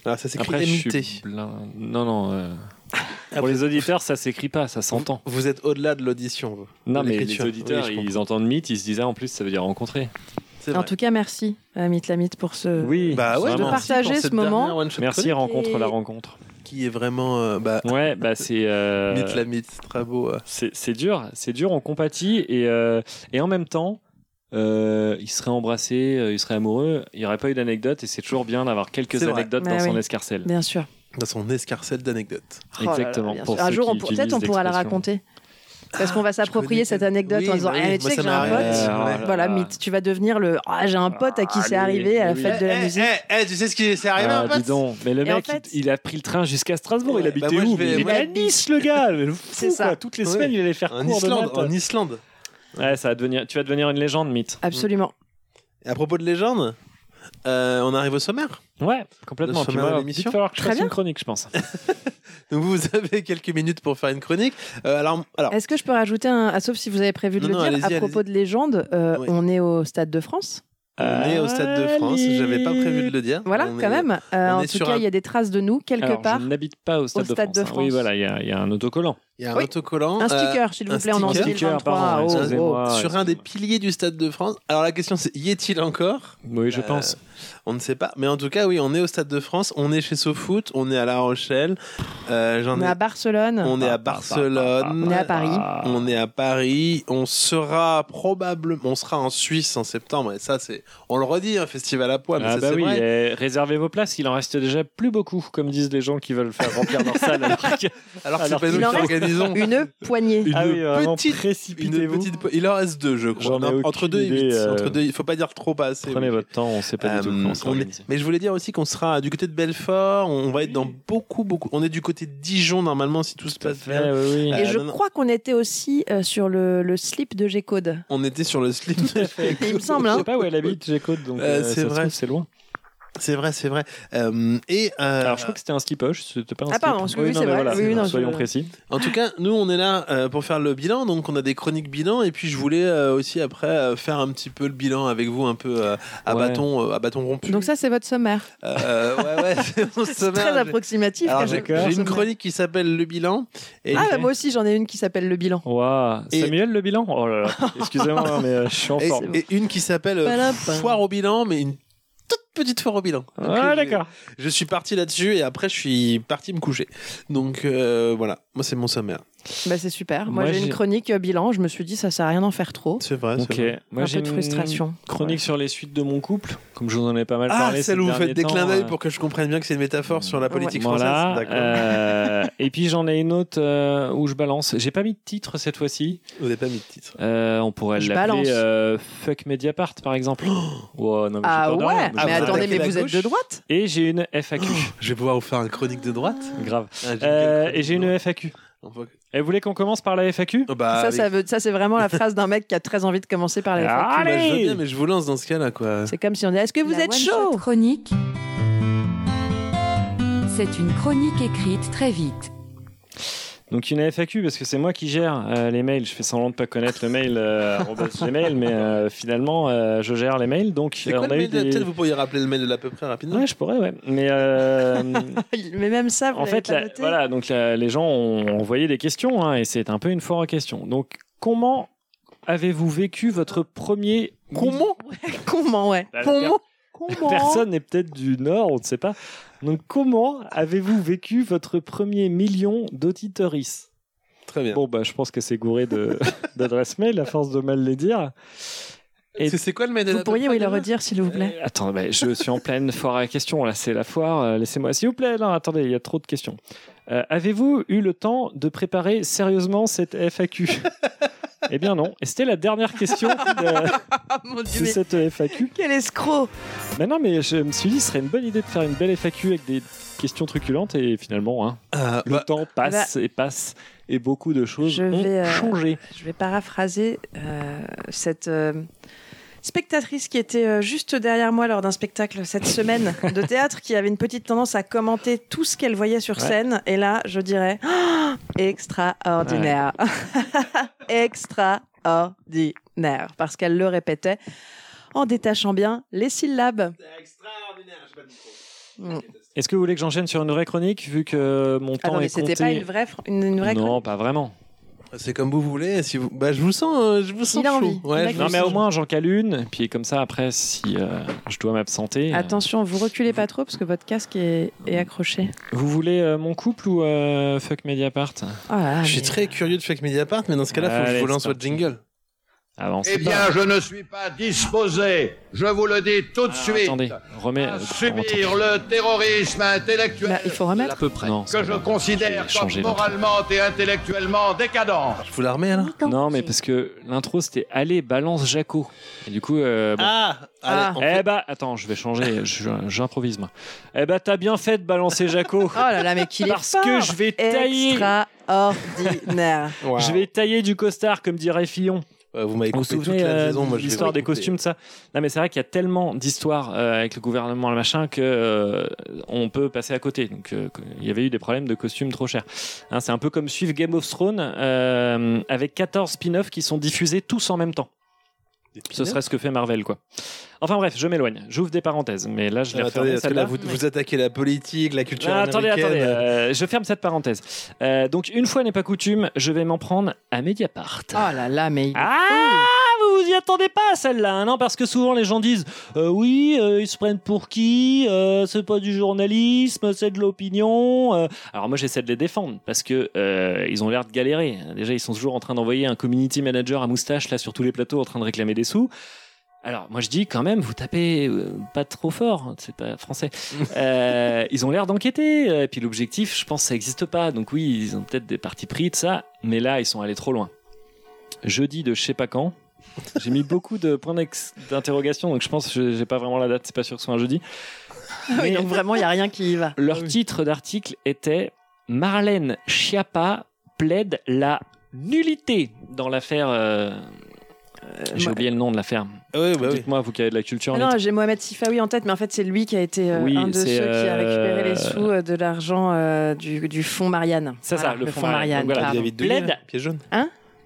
Ah, ça s'écrit Après, je MIT. suis blin- Non, non. euh, Pour Après- les auditeurs, ça s'écrit pas, ça s'entend. Vous êtes au-delà de l'audition. vous. Non, De mais les l'écriture. auditeurs, Oui, je comprends. ils entendent mythe, ils se disent, ah, en plus, ça veut dire rencontrer. C'est En vrai. tout cas, merci à Mythe la Mythe pour ce. Oui, Bah ouais, merci de vraiment. pour partager cette ce moment. dernière one-shot Merci, chronique rencontre la rencontre. Qui est vraiment. euh, bah, Ouais, bah c'est. euh, mythe la mythe, c'est très beau. euh. C'est c'est dur, c'est dur, on compatit et, euh, et en même temps, euh, il serait embrassé, euh, il serait amoureux, il n'y aurait pas eu d'anecdote et c'est toujours bien d'avoir quelques C'est vrai. anecdotes Ouais, dans son oui. escarcelle. Bien sûr. Dans son escarcelle d'anecdotes. Oh là là, Exactement, bien pour sûr. un ceux jour, qui on pour- peut-être utilisent on pourra la l'expression. raconter. Parce Ah, qu'on va s'approprier cette anecdote en bah, disant Eh, Tu sais que j'ai un m'arrive. pote. Euh, Ouais. ouais. Voilà, mythe. Tu vas devenir le Ah, j'ai un pote à qui c'est Allez, arrivé à la oui. fête de Eh, la musique. tu sais ce qui s'est arrivé Ah, dis donc, mais le Et en mec, il- fait- il, a pris le train jusqu'à Strasbourg, il Ouais, habitait bah moi, je où vais- Mais Il moi, est à j'habite- Nice, le gars le fou, C'est ça. quoi. Toutes les Ouais. semaines, il allait faire En cours de Islande, en maths. Islande. Ouais, ça va devenir, tu vas devenir une légende, mythe. eh. Absolument. Et à propos de légende, euh, on arrive au sommaire. Ouais, complètement. Le Puis sommaire moi, de il va l'émission. falloir que je Très fasse bien. une chronique, je pense. Donc vous avez quelques minutes pour faire une chronique. Euh, alors, alors Est-ce que je peux rajouter un. ah, sauf si vous avez prévu Non, de le non, dire, à allez-y, propos de légende, euh, Oui. on est au Stade de France. on est au Stade de France. Allez. J'avais pas prévu de le dire. Voilà, On quand est- même. Euh, on en est tout sur cas, un- il y a des traces de nous quelque Alors, part. Je n'habite pas au Stade, Stade de, de France. hein. Oui, France. voilà, il y a- il y, a un autocollant. Il y a un Oui. autocollant. Un euh, sticker, s'il vous un plaît, on est en sticker, 2023. pardon, Oh, oh, excusez-moi. Ah, sur un des piliers du Stade de France. Alors la question c'est, y est-il encore Oui, je Euh, pense. On ne sait pas. Mais en tout cas, oui, on est au Stade de France, on est chez SoFoot, on est à La Rochelle, euh, j'en On est ai- à Barcelone. on Bah, est à Barcelone. On est à Paris. Ah. On est à Paris, on sera probablement, on sera en Suisse en septembre, et ça c'est, on le redit, un festival à poids, mais Ah ça, bah c'est oui, vrai. eh, réservez vos places, il en reste déjà plus beaucoup, comme disent les gens qui veulent faire remplir leur salle. alors que- Alors que c'est Alors pas nous qu'il qui en reste organisons. Une poignée. Une Ah oui, vraiment, petite- Une précipitez-vous. petite po- Il en reste deux, je crois. J'en ai Non, entre aucune deux et idée, huit. euh, Entre deux, il faut pas dire trop pas assez. Prenez votre temps, on sait pas Euh, du tout comment c'est on est- organisé. Mais je voulais dire aussi qu'on sera du côté de Belfort, on va être dans beaucoup, beaucoup. On est du côté de Dijon normalement si tout se passe bien. Ouais, oui, oui. Euh, Et je non, non. crois qu'on était aussi euh, sur le, le slip de G-Code. On était sur le slip. de- Il me semble, Je hein. sais pas où elle habite, j'écoute, donc Euh, euh, c'est ça se vrai. trouve, c'est loin. c'est vrai, c'est vrai. Euh, et euh, Alors je crois que c'était un skip c'était pas un Ah, slip. pardon, parce que oui, non, c'est mais vrai. voilà, Oui, oui, non, soyons je- précis. en tout cas, nous on est là euh, pour faire le bilan, donc on a des chroniques bilan. Et puis je voulais euh, aussi après euh, faire un petit peu le bilan avec vous, un peu euh, à Ouais. bâton, euh, à bâton rompu. Donc ça, c'est votre sommaire. Euh, ouais, ouais, c'est mon C'est sommaire. très approximatif. Alors, quand j'ai même, d'accord. j'ai le une sommaire. chronique qui s'appelle le bilan. Et Ah, bah, moi aussi, j'en ai une qui s'appelle Le Bilan. Waouh, Et- Samuel le bilan Oh là là, excusez-moi, hein, mais euh, je suis en Et, forme. et une qui s'appelle euh, Voilà. Foire au bilan, mais une toute petite foire au bilan. Donc, Ah j'ai- d'accord. Je suis parti là-dessus et après je suis parti me coucher. Donc euh, voilà, moi c'est mon sommaire. Bah, c'est super. Moi, Moi, j'ai j'ai- une chronique euh, bilan. Je me suis dit, ça sert à rien d'en faire trop. C'est vrai. Ok, moi un j'ai peu de une frustration. Chronique sur les suites de mon couple, comme je vous en ai pas mal Ah, parlé. celle ces où vous faites derniers des temps, clins d'œil euh, pour que je comprenne bien que c'est une métaphore sur la politique Voilà, française. D'accord. euh, et puis j'en ai une autre euh, où je balance. J'ai pas mis de titre cette fois-ci. Vous n'avez pas mis de titre. Euh, on pourrait Je balance. l'appeler euh, Fuck Mediapart par exemple. Wow, non, mais j'ai Ah peur de rien, ouais mais Ah, Mais vous j'ai peur de attendez, rien. attaquez mais la vous êtes gauche de droite Et j'ai une FAQ. Je vais pouvoir vous faire une chronique de droite. Grave. Ah, j'ai une Euh, chronique et j'ai de une FAQ. On va- Elle voulait qu'on commence par la FAQ Oh, bah, ça, allez. ça, veut- ça, c'est vraiment la phrase d'un mec qui a très envie de commencer par la Ah. Bah, FAQ. je veux Allez bien, mais je vous lance dans ce cas-là, quoi. C'est comme si on disait Est-ce que vous La êtes One Shot chaud chronique. C'est une chronique écrite très vite. Donc une FAQ parce que c'est moi qui gère euh, les mails. Je fais semblant de pas connaître le mail, euh, arobase Gmail, mais euh, finalement euh, je gère les mails. Donc C'est euh, quoi on le a eu mail de- des... Peut-être vous pourriez rappeler le mail de l'à peu près rapidement. Ouais, je pourrais, ouais. Mais euh, Mais même ça, vous en l'avez fait, pas la- noté. voilà, donc la- les gens ont envoyé des questions hein, et c'est un peu une foire aux questions. Donc comment avez-vous vécu votre premier Comment Comment, ouais. Bah, Comment Personne n'est peut-être du Nord, on ne sait pas. Donc, comment avez-vous vécu votre premier million d'auditoris Très bien. Bon, bah, je pense que c'est gouré de- d'adresse mail, à force de mal les dire. Et- C'est- C'est quoi le mail de l'à peu Vous pourriez près, oui, le déjà redire, s'il vous plaît Euh, attends, bah, je suis en pleine foire à questions. Là, c'est la foire. euh, Laissez-moi, s'il vous plaît. Non, attendez, il y a trop de questions. Euh, Avez-vous eu le temps de préparer sérieusement cette FAQ Eh bien, non. Et c'était la dernière question de, Ah mon de cette FAQ. quel escroc Mais non, mais je me suis dit, ce serait une bonne idée de faire une belle FAQ avec des questions truculentes et finalement, hein, Ah, le bah, temps passe et passe et beaucoup de choses Je ont vais, euh, changé. Je vais paraphraser euh, cette euh, spectatrice qui était euh, juste derrière moi lors d'un spectacle cette semaine de théâtre qui avait une petite tendance à commenter tout ce qu'elle voyait sur Ouais. scène. Et là, je dirais Ah, extraordinaire. extraordinaire. Parce qu'elle le répétait en détachant bien les syllabes. Extraordinaire, Est-ce que vous voulez que j'enchaîne sur une vraie chronique vu que mon temps Ah non, mais est compté c'était pas une vraie, fr- une, une vraie Non, pas vraiment. C'est comme vous voulez. Si vous... bah, je vous sens, euh, je vous sens Il a chaud. envie. Ouais, Il a je vous Non, mais sens au moins j'en cale une. Puis comme ça, après, si euh, je dois m'absenter. euh, Attention, vous reculez pas trop parce que votre casque est, est accroché. Vous voulez euh, mon couple ou euh, fuck Mediapart Oh là là, Je suis mais- très curieux de Fake Mediapart, mais dans ce cas-là, faut que Allez, je vous lance c'est votre parti. jingle. Avance. Eh bien, je ne suis pas disposé, je vous le dis tout de Ah, suite, Ah, attendez, remets. à euh, subir attends. le terrorisme intellectuel Bah, il faut remettre. à peu près. Non, c'est que je pas grave. considère vais changer comme l'intro. moralement et intellectuellement décadent. Je vous la remets alors Non, mais parce que l'intro c'était Allez, balance Jaco. Et du coup, euh, bon, Ah, Ah. allez, on Eh fait- bah, attends, je vais changer, je- j'improvise moi. Eh bah, t'as bien fait de balancer Jaco. Oh là là, mais qu'il est parce fort. que je vais tailler, Extraordinaire. Wow. je vais tailler du costard, comme dirait Fillon. Ouais, vous m'avez Vous vous coupé toute souvenez, la euh, saison. Moi, je vais l'histoire vous des couper. costumes, ça Non, mais c'est vrai qu'il y a tellement d'histoires euh, avec le gouvernement, le machin, que euh, on peut passer à côté. Donc, euh, il y avait eu des problèmes de costumes trop chers. Hein, c'est un peu comme suivre Game of Thrones euh, avec 14 spin-offs qui sont diffusés tous en même temps. Mmh. Ce serait ce que fait Marvel, quoi. Enfin bref, je m'éloigne. J'ouvre des parenthèses, mais là, je Ah, les attendez, referme. parce que celle-là. là, vous, vous attaquez la politique, la culture Ah, attendez, américaine. attendez, euh, je ferme cette parenthèse. Euh, donc, une fois n'est pas coutume, je vais m'en prendre à Mediapart. Oh là là, mais il- Ah, vous vous y attendez pas à celle-là, hein, non Parce que souvent les gens disent euh, oui, euh, ils se prennent pour qui Euh, C'est pas du journalisme, c'est de l'opinion. euh. Alors moi j'essaie de les défendre parce que euh, ils ont l'air de galérer. Déjà ils sont toujours en train d'envoyer un community manager à moustache là sur tous les plateaux en train de réclamer des sous. Alors moi je dis quand même, vous tapez euh, pas trop fort, c'est pas français. Euh, ils ont l'air d'enquêter. euh, Et puis l'objectif, je pense, ça existe pas. Donc oui, ils ont peut-être des partis pris de ça, mais là ils sont allés trop loin. Jeudi de je sais pas quand. J'ai mis beaucoup de points d'ex- d'interrogation, donc je pense que j'ai pas vraiment la date. C'est pas sûr que ce soit un jeudi. Mais- donc vraiment, il n'y a rien qui y va. leur titre d'article était Marlène Schiappa plaide la nullité dans l'affaire. euh, euh, J'ai Ouais. oublié le nom de l'affaire. Ah Ah ouais, bah oui. Dites-moi, vous qui avez de la culture. en Ah Non, j'ai Mohamed Sifawi en tête, mais en fait, c'est lui qui a été euh, Oui, un de ceux c'est, qui a récupéré euh, les sous euh, de l'argent euh, du, du fonds Marianne. C'est ça, le fonds Marianne, donc voilà. Il y pardon. avait deux Plaid. pieds jaunes.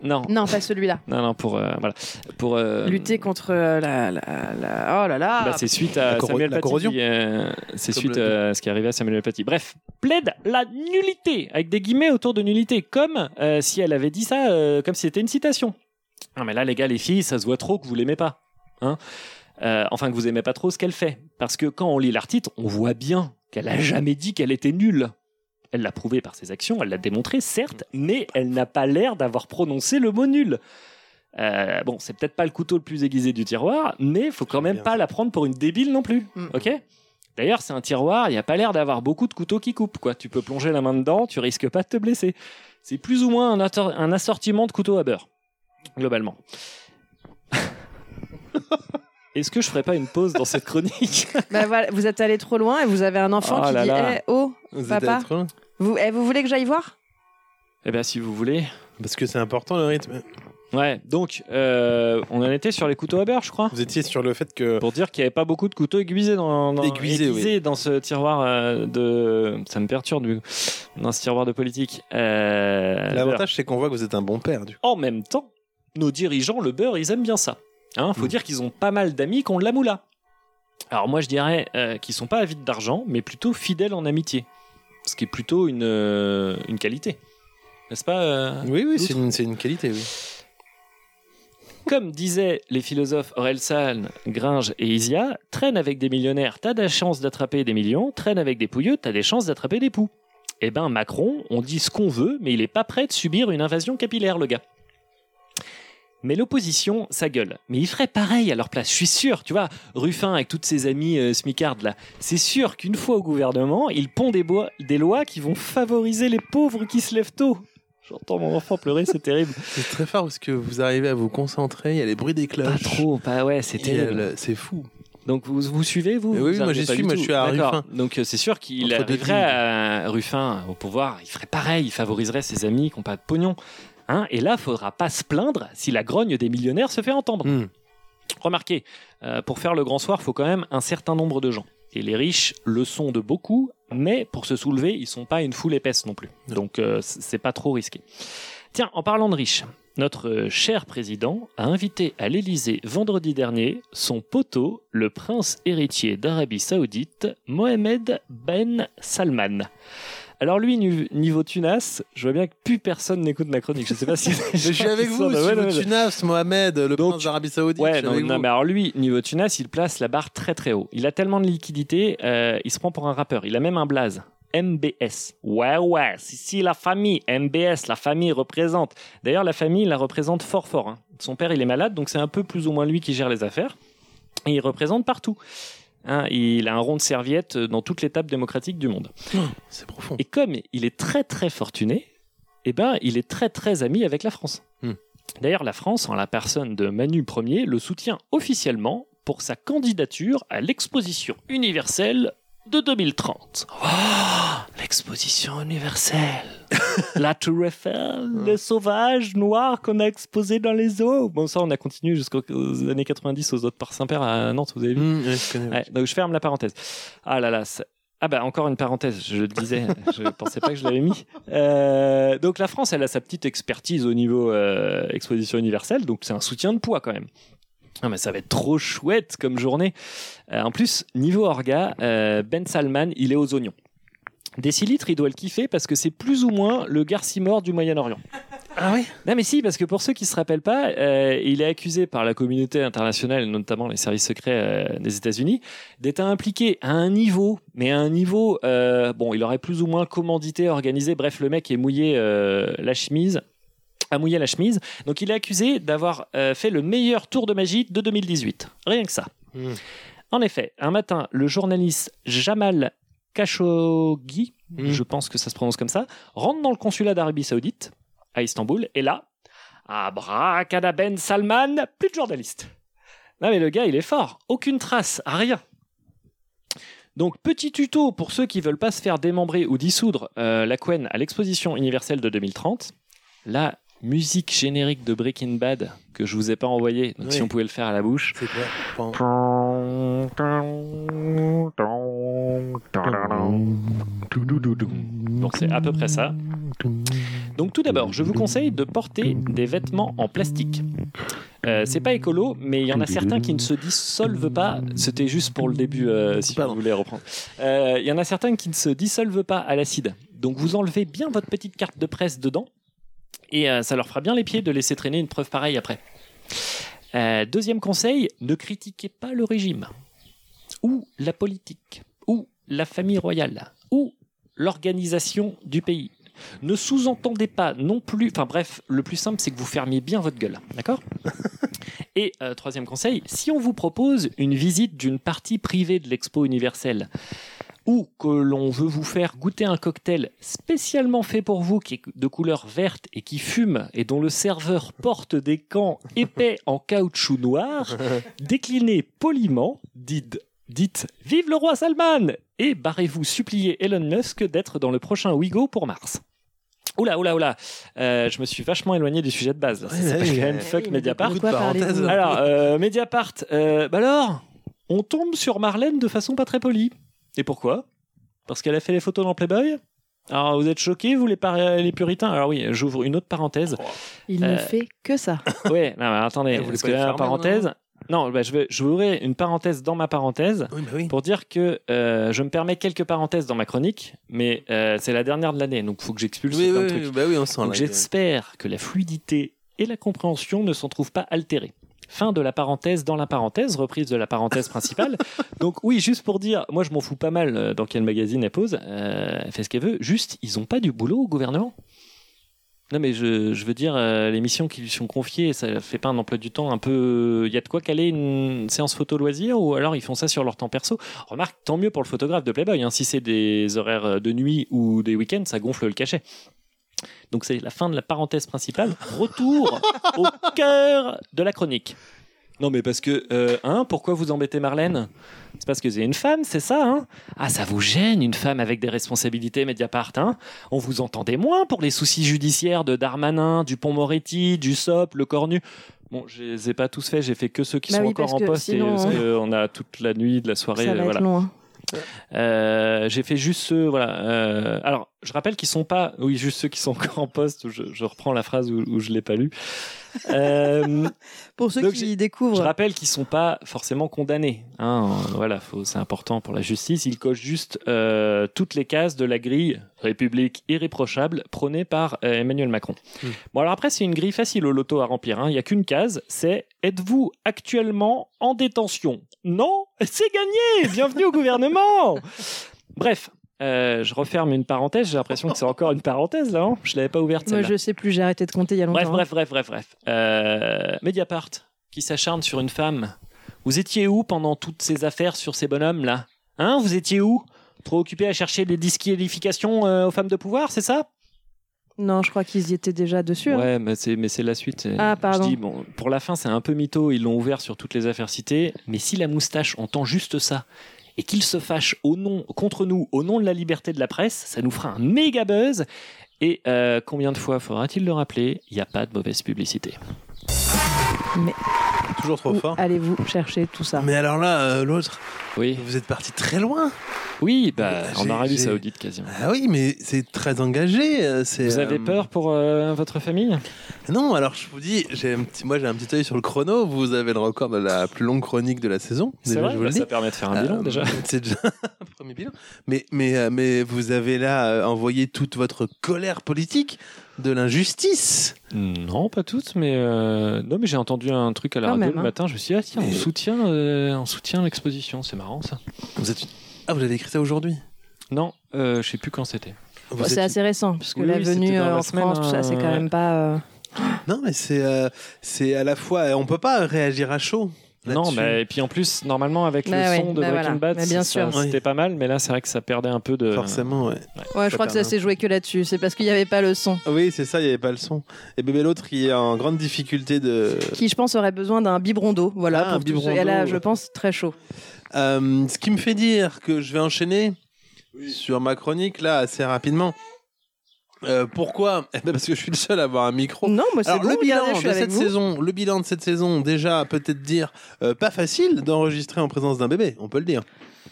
Non, Non, pas celui-là. non, non, pour euh, voilà, pour euh, Lutter contre euh, la, la- la- Oh là là. Bah, c'est suite à La corro- Samuel la Paty. corrosion. euh, c'est Comme suite le- euh, à ce qui est arrivé à Samuel Paty. Bref, plaide la nullité, avec des guillemets autour de nullité, comme euh, si elle avait dit ça, euh, comme si c'était une citation. Non, mais là, les gars, les filles, ça se voit trop que vous l'aimez pas. Hein Euh, enfin, que vous aimez pas trop ce qu'elle fait. Parce que quand on lit l'article, on voit bien qu'elle a jamais dit qu'elle était nulle. Elle l'a prouvé par ses actions, elle l'a démontré, certes, mais elle n'a pas l'air d'avoir prononcé le mot nul. Euh, bon, c'est peut-être pas le couteau le plus aiguisé du tiroir, mais faut quand même Bien. pas la prendre pour une débile non plus. Mm. Ok D'ailleurs, c'est un tiroir, il n'y a pas l'air d'avoir beaucoup de couteaux qui coupent. Quoi. Tu peux plonger la main dedans, tu risques pas de te blesser. C'est plus ou moins un, attor- un assortiment de couteaux à beurre, globalement. Est-ce que je ferais pas une pause dans cette chronique Bah, voilà, vous êtes allé trop loin et vous avez un enfant Oh qui là dit là. Eh, oh, Vous êtes Papa. allés trop loin. vous, eh, vous voulez que j'aille voir Eh bien, si vous voulez. Parce que c'est important le rythme. Ouais, donc, euh, on en était sur les couteaux à beurre, je crois. Vous étiez sur le fait que. Pour dire qu'il n'y avait pas beaucoup de couteaux aiguisés dans, dans, Aiguisés, aiguisés dans ce tiroir euh, de. Ça me perturbe, du coup. Dans ce tiroir de politique. Euh, beurre. L'avantage, c'est qu'on voit que vous êtes un bon père, du coup. En même temps, nos dirigeants, le beurre, ils aiment bien ça. Hein, Mm. faut dire qu'ils ont pas mal d'amis qui ont de la moula. Alors moi, je dirais euh, qu'ils sont pas avides d'argent, mais plutôt fidèles en amitié. Ce qui est plutôt une, euh, une qualité. N'est-ce pas euh, Oui, oui, D'autres c'est une, c'est une qualité, oui. Comme disaient les philosophes Aurel San, Gringe et Isia, traîne avec des millionnaires, t'as des chances d'attraper des millions, traîne avec des pouilleux, t'as des chances d'attraper des poux. Eh ben Macron, on dit ce qu'on veut, mais il est pas prêt de subir une invasion capillaire, le gars. Mais l'opposition, ça gueule. Mais ils feraient pareil à leur place, je suis sûr, tu vois. Ruffin avec toutes ses amies euh, smicardes là, c'est sûr qu'une fois au gouvernement, ils pondent des, bois- des lois qui vont favoriser les pauvres qui se lèvent tôt. J'entends mon enfant pleurer, c'est terrible. C'est très fort parce que vous arrivez à vous concentrer, il y a les bruits des Pas cloches. trop, pas ouais, c'est Et il y a terrible. le- C'est fou. Donc vous vous suivez vous Oui, Vous oui, moi, arrivez j'y pas suis, du moi, je tout. suis à D'accord. Ruffin. Donc euh, c'est sûr qu'il Entre deux arriverait à Ruffin au pouvoir, il ferait pareil, il favoriserait ses amis qui n'ont pas de pognon. Hein Et là, faudra pas se plaindre si la grogne des millionnaires se fait entendre. Hmm. Remarquez, euh, pour faire le grand soir, faut quand même un certain nombre de gens. Et les riches le sont de beaucoup, mais pour se soulever, ils sont pas une foule épaisse non plus. Donc euh, c- c'est pas trop risqué. Tiens, en parlant de riches, notre euh, cher président a invité à l'Élysée vendredi dernier son poteau, le prince héritier d'Arabie Saoudite, Mohamed Ben Salman. Alors lui, nu- niveau Tunas, je vois bien que plus personne n'écoute ma chronique. Je sais pas si Je suis avec vous, Ouais, monsieur bah ouais, ouais. Tunas, Mohamed, le Donc- prince d'Arabie Saoudite. je Ouais, suis non, avec non, vous. mais alors lui, niveau Tunas, il place la barre très très haut. Il a tellement de liquidité, euh, il se prend pour un rappeur. Il a même un blaze. MBS. Ouais, ouais, si, si, la famille. MBS, la famille représente. D'ailleurs, la famille il la représente fort fort. hein. Son père, il est malade, donc c'est un peu plus ou moins lui qui gère les affaires. Et il représente partout. Hein, il a un rond de serviette dans toutes les tables démocratiques du monde. C'est profond. Et comme il est très très fortuné, eh ben, il est très très ami avec la France. Hmm. D'ailleurs, la France, en la personne de Manu Ier, le soutient officiellement pour sa candidature à l'exposition universelle de 2030. Oh, l'exposition universelle Hmm. La Tour Eiffel, les sauvages noirs qu'on a exposés dans les eaux Bon, ça, on a continué jusqu'aux années 90 aux autres par Saint-Père à Nantes, vous avez vu Mmh, ouais, je connais, ouais. Ouais, donc je ferme la parenthèse. Ah là là. ça- Ah bah encore une parenthèse, je le disais, je pensais pas que je l'avais mis. Euh, donc la France, elle a sa petite expertise au niveau euh, exposition universelle, donc c'est un soutien de poids quand même. Ah mais ça va être trop chouette comme journée. Euh, en plus, niveau orga, euh, Ben Salman, il est aux oignons. Des litres, il doit le kiffer parce que c'est plus ou moins le Garcimore du Moyen-Orient. Ah oui Non mais si, parce que pour ceux qui se rappellent pas, euh, il est accusé par la communauté internationale, notamment les services secrets euh, des États-Unis, d'être impliqué à un niveau, mais à un niveau, euh, bon, il aurait plus ou moins commandité, organisé, bref, le mec est mouillé euh, la chemise, a mouillé la chemise, donc il est accusé d'avoir euh, fait le meilleur tour de magie de 2018, rien que ça. Mmh. En effet, un matin, le journaliste Jamal Khashoggi, je pense que ça se prononce comme ça, rentre dans le consulat d'Arabie Saoudite à Istanbul et là, abracada Ben Salman, plus de journaliste. Non mais le gars, il est fort, aucune trace, rien. Donc petit tuto pour ceux qui veulent pas se faire démembrer ou dissoudre euh, la Quen à l'exposition universelle de 2030. La musique générique de Breaking Bad que je vous ai pas envoyée, donc Oui. si on pouvait le faire à la bouche. C'est quoi Pan- Donc c'est à peu près ça. Donc tout d'abord, je vous conseille de porter des vêtements en plastique. Euh, c'est pas écolo, mais il y en a certains qui ne se dissolvent pas. C'était juste pour le début, euh, si Pardon. vous voulez reprendre. Euh, Il y en a certains qui ne se dissolvent pas à l'acide. Donc vous enlevez bien votre petite carte de presse dedans, et euh, ça leur fera bien les pieds de laisser traîner une preuve pareille après. Euh, deuxième conseil, ne critiquez pas le régime, ou la politique, ou la famille royale, ou l'organisation du pays. Ne sous-entendez pas non plus. Enfin bref, le plus simple, c'est que vous fermiez bien votre gueule. D'accord Et euh, troisième conseil, si on vous propose une visite d'une partie privée de l'expo universelle, ou que l'on veut vous faire goûter un cocktail spécialement fait pour vous, qui est de couleur verte et qui fume, et dont le serveur porte des gants épais en caoutchouc noir, déclinez poliment, dites, dites Vive le roi Salman et barrez-vous supplier Elon Musk d'être dans le prochain Wigo pour Mars. Oula, oula, oula. Euh, je me suis vachement éloigné du sujet de base. là. Ça Ouais, s'appelle ouais, quand même ouais. Eh, Fuck Ah Oui, mais de Mediapart. quoi Eh, parlez-vous parenthèse. Alors, euh, Mediapart, euh, bah alors, on tombe sur Marlène de façon pas très polie. Et pourquoi Parce qu'elle a fait les photos dans Playboy alors, vous êtes choqués, vous, les, par- les puritains Alors oui, j'ouvre une autre parenthèse. Il Euh, ne fait que ça. Oh. Ouais, non, mais attendez, Elle voulait parce pas que les là, fermer, la parenthèse... Non, bah, je vais, j'ouvrirai une parenthèse dans ma parenthèse Oui, bah oui. pour dire que euh, je me permets quelques parenthèses dans ma chronique, mais euh, c'est la dernière de l'année, donc faut que j'expulse Oui, plein de oui, trucs. oui, bah oui, on sent Donc là. j'espère que la fluidité et la compréhension ne s'en trouvent pas altérées. Fin de la parenthèse dans la parenthèse, reprise de la parenthèse principale. Donc oui, juste pour dire, moi je m'en fous pas mal euh, dans quel magazine elle pose, euh, elle fait ce qu'elle veut, juste ils ont pas du boulot au gouvernement. Non mais je, je veux dire, euh, les missions qui lui sont confiées, ça fait pas un emploi du temps un peu... Il y a de quoi caler une séance photo loisir ou alors ils font ça sur leur temps perso. Remarque, tant mieux pour le photographe de Playboy, hein, si c'est des horaires euh, de nuit ou des week-ends, ça gonfle le cachet. Donc c'est la fin de la parenthèse principale. Retour au cœur de la chronique. Non mais parce que, euh, hein, pourquoi vous embêtez Marlène C'est parce que c'est une femme, c'est ça, hein Ah, ça vous gêne, une femme avec des responsabilités Mediapart, hein On vous entendait moins pour les soucis judiciaires de Darmanin, du Pont-Moretti, du SOP, le Cornu. Bon, je les ai pas tous faits, j'ai fait que ceux qui Bah sont oui, encore parce en que poste, et- sinon, parce hein. qu'on a toute la nuit de la soirée, ça va euh, voilà. être long. hein. Euh, j'ai fait juste ceux, voilà. euh, alors, je rappelle qu'ils sont pas, oui, juste ceux qui sont encore en poste. où Je, je reprends la phrase où, où je l'ai pas lu. Euh, Pour ceux Donc, j'ai- qui je découvrent, rappelle qu'ils sont pas forcément condamnés. Hein, euh, voilà, faut- c'est important pour la justice. Ils cochent juste euh, toutes les cases de la grille République irréprochable prônée par euh, Emmanuel Macron. Hmm. Bon, alors après, c'est une grille facile au loto à remplir. hein. Il y a qu'une case, c'est êtes-vous actuellement en détention Non, c'est gagné. Bienvenue au gouvernement. Bref. euh, je referme une parenthèse, j'ai l'impression que c'est encore une parenthèse là, hein je l'avais pas ouverte moi celle-là. je sais plus, j'ai arrêté de compter il y a Bref, longtemps. bref, bref, bref, bref. Euh, Mediapart, qui s'acharne sur une femme. Vous étiez où pendant toutes ces affaires sur ces bonhommes là Hein Vous étiez où Préoccupé à chercher des disqualifications euh, aux femmes de pouvoir, c'est ça Non, je crois qu'ils y étaient déjà dessus. hein. Ouais, mais c'est mais c'est la suite. Ah, pardon. Je dis bon, pour la fin, c'est un peu mytho. Ils l'ont ouvert sur toutes les affaires citées. Mais si la moustache entend juste ça et qu'il se fâche au nom contre nous au nom de la liberté de la presse, ça nous fera un méga buzz. Et euh, combien de fois faudra-t-il le rappeler Il n'y a pas de mauvaise publicité. Toujours trop Où fort. ah, Allez-vous chercher tout ça Mais alors là, euh, l'autre, Oui. vous êtes parti très loin. Oui, bah, Euh, en j'ai- Arabie j'ai- Saoudite quasiment. Ah oui, mais c'est très engagé. euh, c'est, Vous avez euh, peur pour euh, votre famille Non, alors je vous dis, j'ai un petit, moi j'ai un petit œil sur le chrono. Vous avez le record de la plus longue chronique de la saison. C'est Déjà, vrai je vous Bah, le dis. Ça permet de faire un bilan Euh, déjà. C'est déjà un premier bilan. Mais, mais, euh, mais vous avez là euh, envoyé toute votre colère politique de l'injustice. Non, pas toutes, mais euh, non, mais j'ai entendu un truc à la Quand radio même, le hein. matin. Je me suis dit ah tiens, on Mais- soutient, euh, on soutient l'exposition. C'est marrant ça. Vous êtes. une- Ah, vous avez écrit ça aujourd'hui. Non, euh, je sais plus quand c'était. Vous Bon, êtes C'est assez récent, puisque Oui, la oui, venue c'était dans euh, la en semaine, France, tout ça, c'est euh, quand même pas. euh, Non, mais c'est euh, c'est à la fois. On peut pas réagir à chaud. Non, là-dessus. mais et puis en plus, normalement avec Bah le ouais, son de bah Breaking voilà. Bad, Mais bien ça- sûr. c'était pas mal, mais là c'est vrai que ça perdait un peu de. Forcément, ouais. Ouais, je crois que ça pardon. s'est joué que là-dessus. C'est parce qu'il n'y avait pas le son. Ah Oui, c'est ça, il n'y avait pas le son. Et bébé l'autre qui est en grande difficulté de. Qui, je pense, aurait besoin d'un biberon d'eau. Voilà, Ah, un pour tous biberon ceux- Et là, d'eau. je pense, très chaud. Euh, ce qui me fait dire que je vais enchaîner sur ma chronique là assez rapidement. Euh, pourquoi Eh ben, Parce que je suis le seul à avoir un micro. Non, moi, Mm, c'est Alors bon, le bilan regardez, je suis de avec cette vous. saison, le bilan de cette saison, déjà peut-être dire euh, pas facile d'enregistrer en présence d'un bébé, on peut le dire.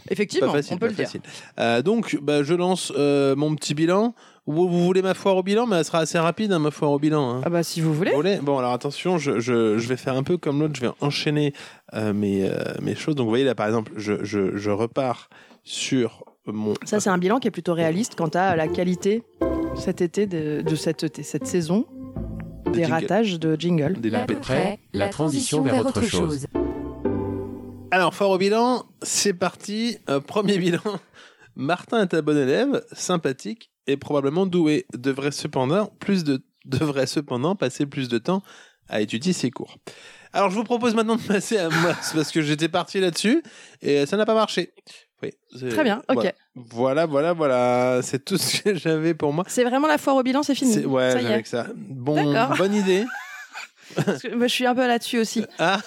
Effectivement, pas facile, on peut pas le dire. facile. Euh, donc bah, je lance euh, mon petit bilan. Vous, vous voulez ma foire au bilan, mais elle sera assez rapide hein, ma foire au bilan. hein. Ah bah, si vous voulez. Vous voulez Bon, alors attention, je, je- je vais faire un peu comme l'autre, je vais enchaîner euh, mes, euh, mes choses. Donc, vous voyez là, par exemple, je, je- je repars sur mon. Ça, c'est un bilan qui est plutôt réaliste quant à la qualité cet été de, de cette, été- cette saison Des des, jingles. ratages de jingle. des À peu lapettes. près, la transition vers autre chose. Alors, fort au bilan, c'est parti. Euh, premier bilan. Martin est un bon élève, sympathique et probablement doué. Devrait cependant, plus de, devrait cependant passer plus de temps à étudier ses cours. Alors, je vous propose maintenant de passer à moi, parce que j'étais parti là-dessus et euh, ça n'a pas marché. Oui, c'est- Très bien, ok. voilà. Voilà, voilà, voilà. C'est tout ce que j'avais pour moi. C'est vraiment la foire au bilan, c'est fini. C'est- Ouais, ça y est. avec ça. Bon, D'accord. bonne idée. Parce que moi, je suis un peu là-dessus aussi. Ah,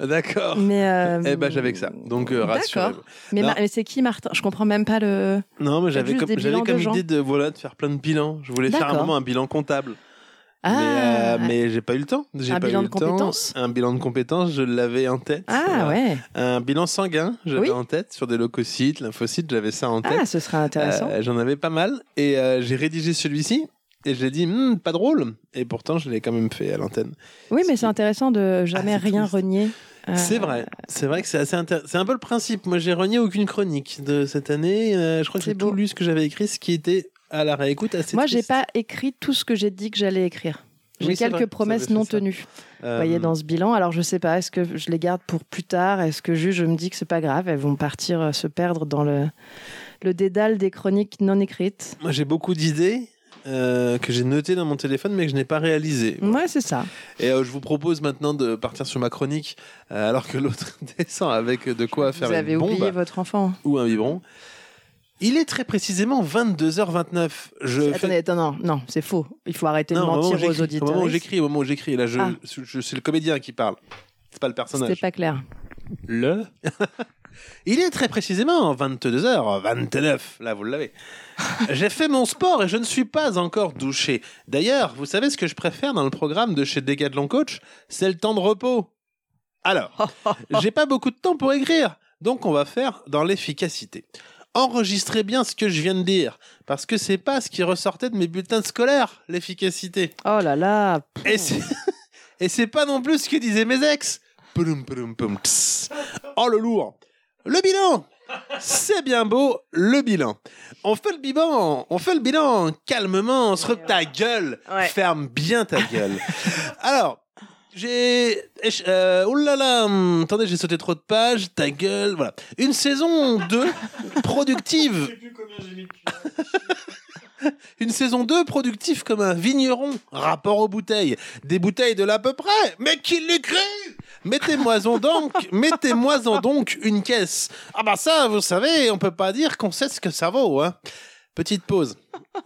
d'accord. Mais euh, Eh ben j'avais que ça. Donc euh, D'accord. rassurez-vous. Mais, Non. Mar- mais c'est qui Martin Je comprends même pas le. Non, mais j'avais juste comme, des j'avais bilans comme de gens. idée de voilà de faire plein de bilans. Je voulais faire un D'accord. moment un bilan comptable. Ah, Mais, euh, mais j'ai pas eu le temps. J'ai Un pas bilan eu de le temps. compétences Un bilan de compétences, je l'avais en tête. ah Euh, ouais. Un bilan sanguin, j'avais Oui. en tête sur des leucocytes, lymphocytes, j'avais ça en tête. Ah, ce sera intéressant. Euh, J'en avais pas mal et euh, j'ai rédigé celui-ci et j'ai dit Hmm, pas drôle et pourtant je l'ai quand même fait à l'antenne. oui, mais c'est- c'est intéressant de jamais Ah, c'est rien triste. renier. Euh, C'est vrai, c'est vrai que c'est assez intér- C'est un peu le principe. Moi, j'ai renié aucune chronique de cette année. Euh, je crois que C'est j'ai tout beau. lu ce que j'avais écrit, ce qui était à la réécoute assez. Moi, j'ai triste. pas écrit tout ce que j'ai dit que j'allais écrire. J'ai Oui, c'est quelques vrai, ça promesses avait fait non ça. tenues. Euh, Vous voyez, dans ce bilan. Alors, je sais pas, est-ce que je les garde pour plus tard Est-ce que juste je me dis que c'est pas grave Elles vont partir euh, se perdre dans le, le dédale des chroniques non écrites. Moi, j'ai beaucoup d'idées. euh, que j'ai notées dans mon téléphone mais que je n'ai pas réalisées. Ouais, c'est ça. Et euh, je vous propose maintenant de partir sur ma chronique euh, alors que l'autre descend avec de quoi faire Vous avez une bombe. oublié votre enfant. ou un biberon. Il est très précisément 22h29. Je fais- Attendez, attends, non, non, c'est faux. Il faut arrêter Euh, Non, de au moment où mentir aux j'écris- au auditeurs. moment où j'écris, au moment où j'écris, là, je, Ah. je- je- c'est le comédien qui parle. C'est pas le C'était personnage. pas clair. Le Il est très précisément 22h, 29, là vous l'avez. J'ai fait mon sport et je ne suis pas encore douché. D'ailleurs, vous savez ce que je préfère dans le programme de chez Decathlon Coach C'est le temps de repos. Alors, j'ai pas beaucoup de temps pour écrire, donc on va faire dans l'efficacité. Enregistrez bien ce que je viens de dire, parce que c'est pas ce qui ressortait de mes bulletins scolaires, l'efficacité. Oh là là. Et c'est... Et c'est pas non plus ce que disaient mes ex. Pouloum, pouloum, poum, tss. Oh le lourd. Le bilan. C'est bien beau, le bilan. On fait le bilan, on fait le bilan calmement, on se rep ta gueule. Ouais. Ferme bien ta gueule. Alors, j'ai... Euh, oulala, hum, attendez, j'ai sauté trop de pages, ta gueule, voilà. Une saison 2 productive une saison 2 productif comme un vigneron. Rapport aux bouteilles. Des bouteilles de l'à peu près. Mais qui l'écrit Mettez-moi-en donc, mettez-moi-en donc une caisse. Ah bah ça, vous savez, on peut pas dire qu'on sait ce que ça vaut. Hein. Petite pause.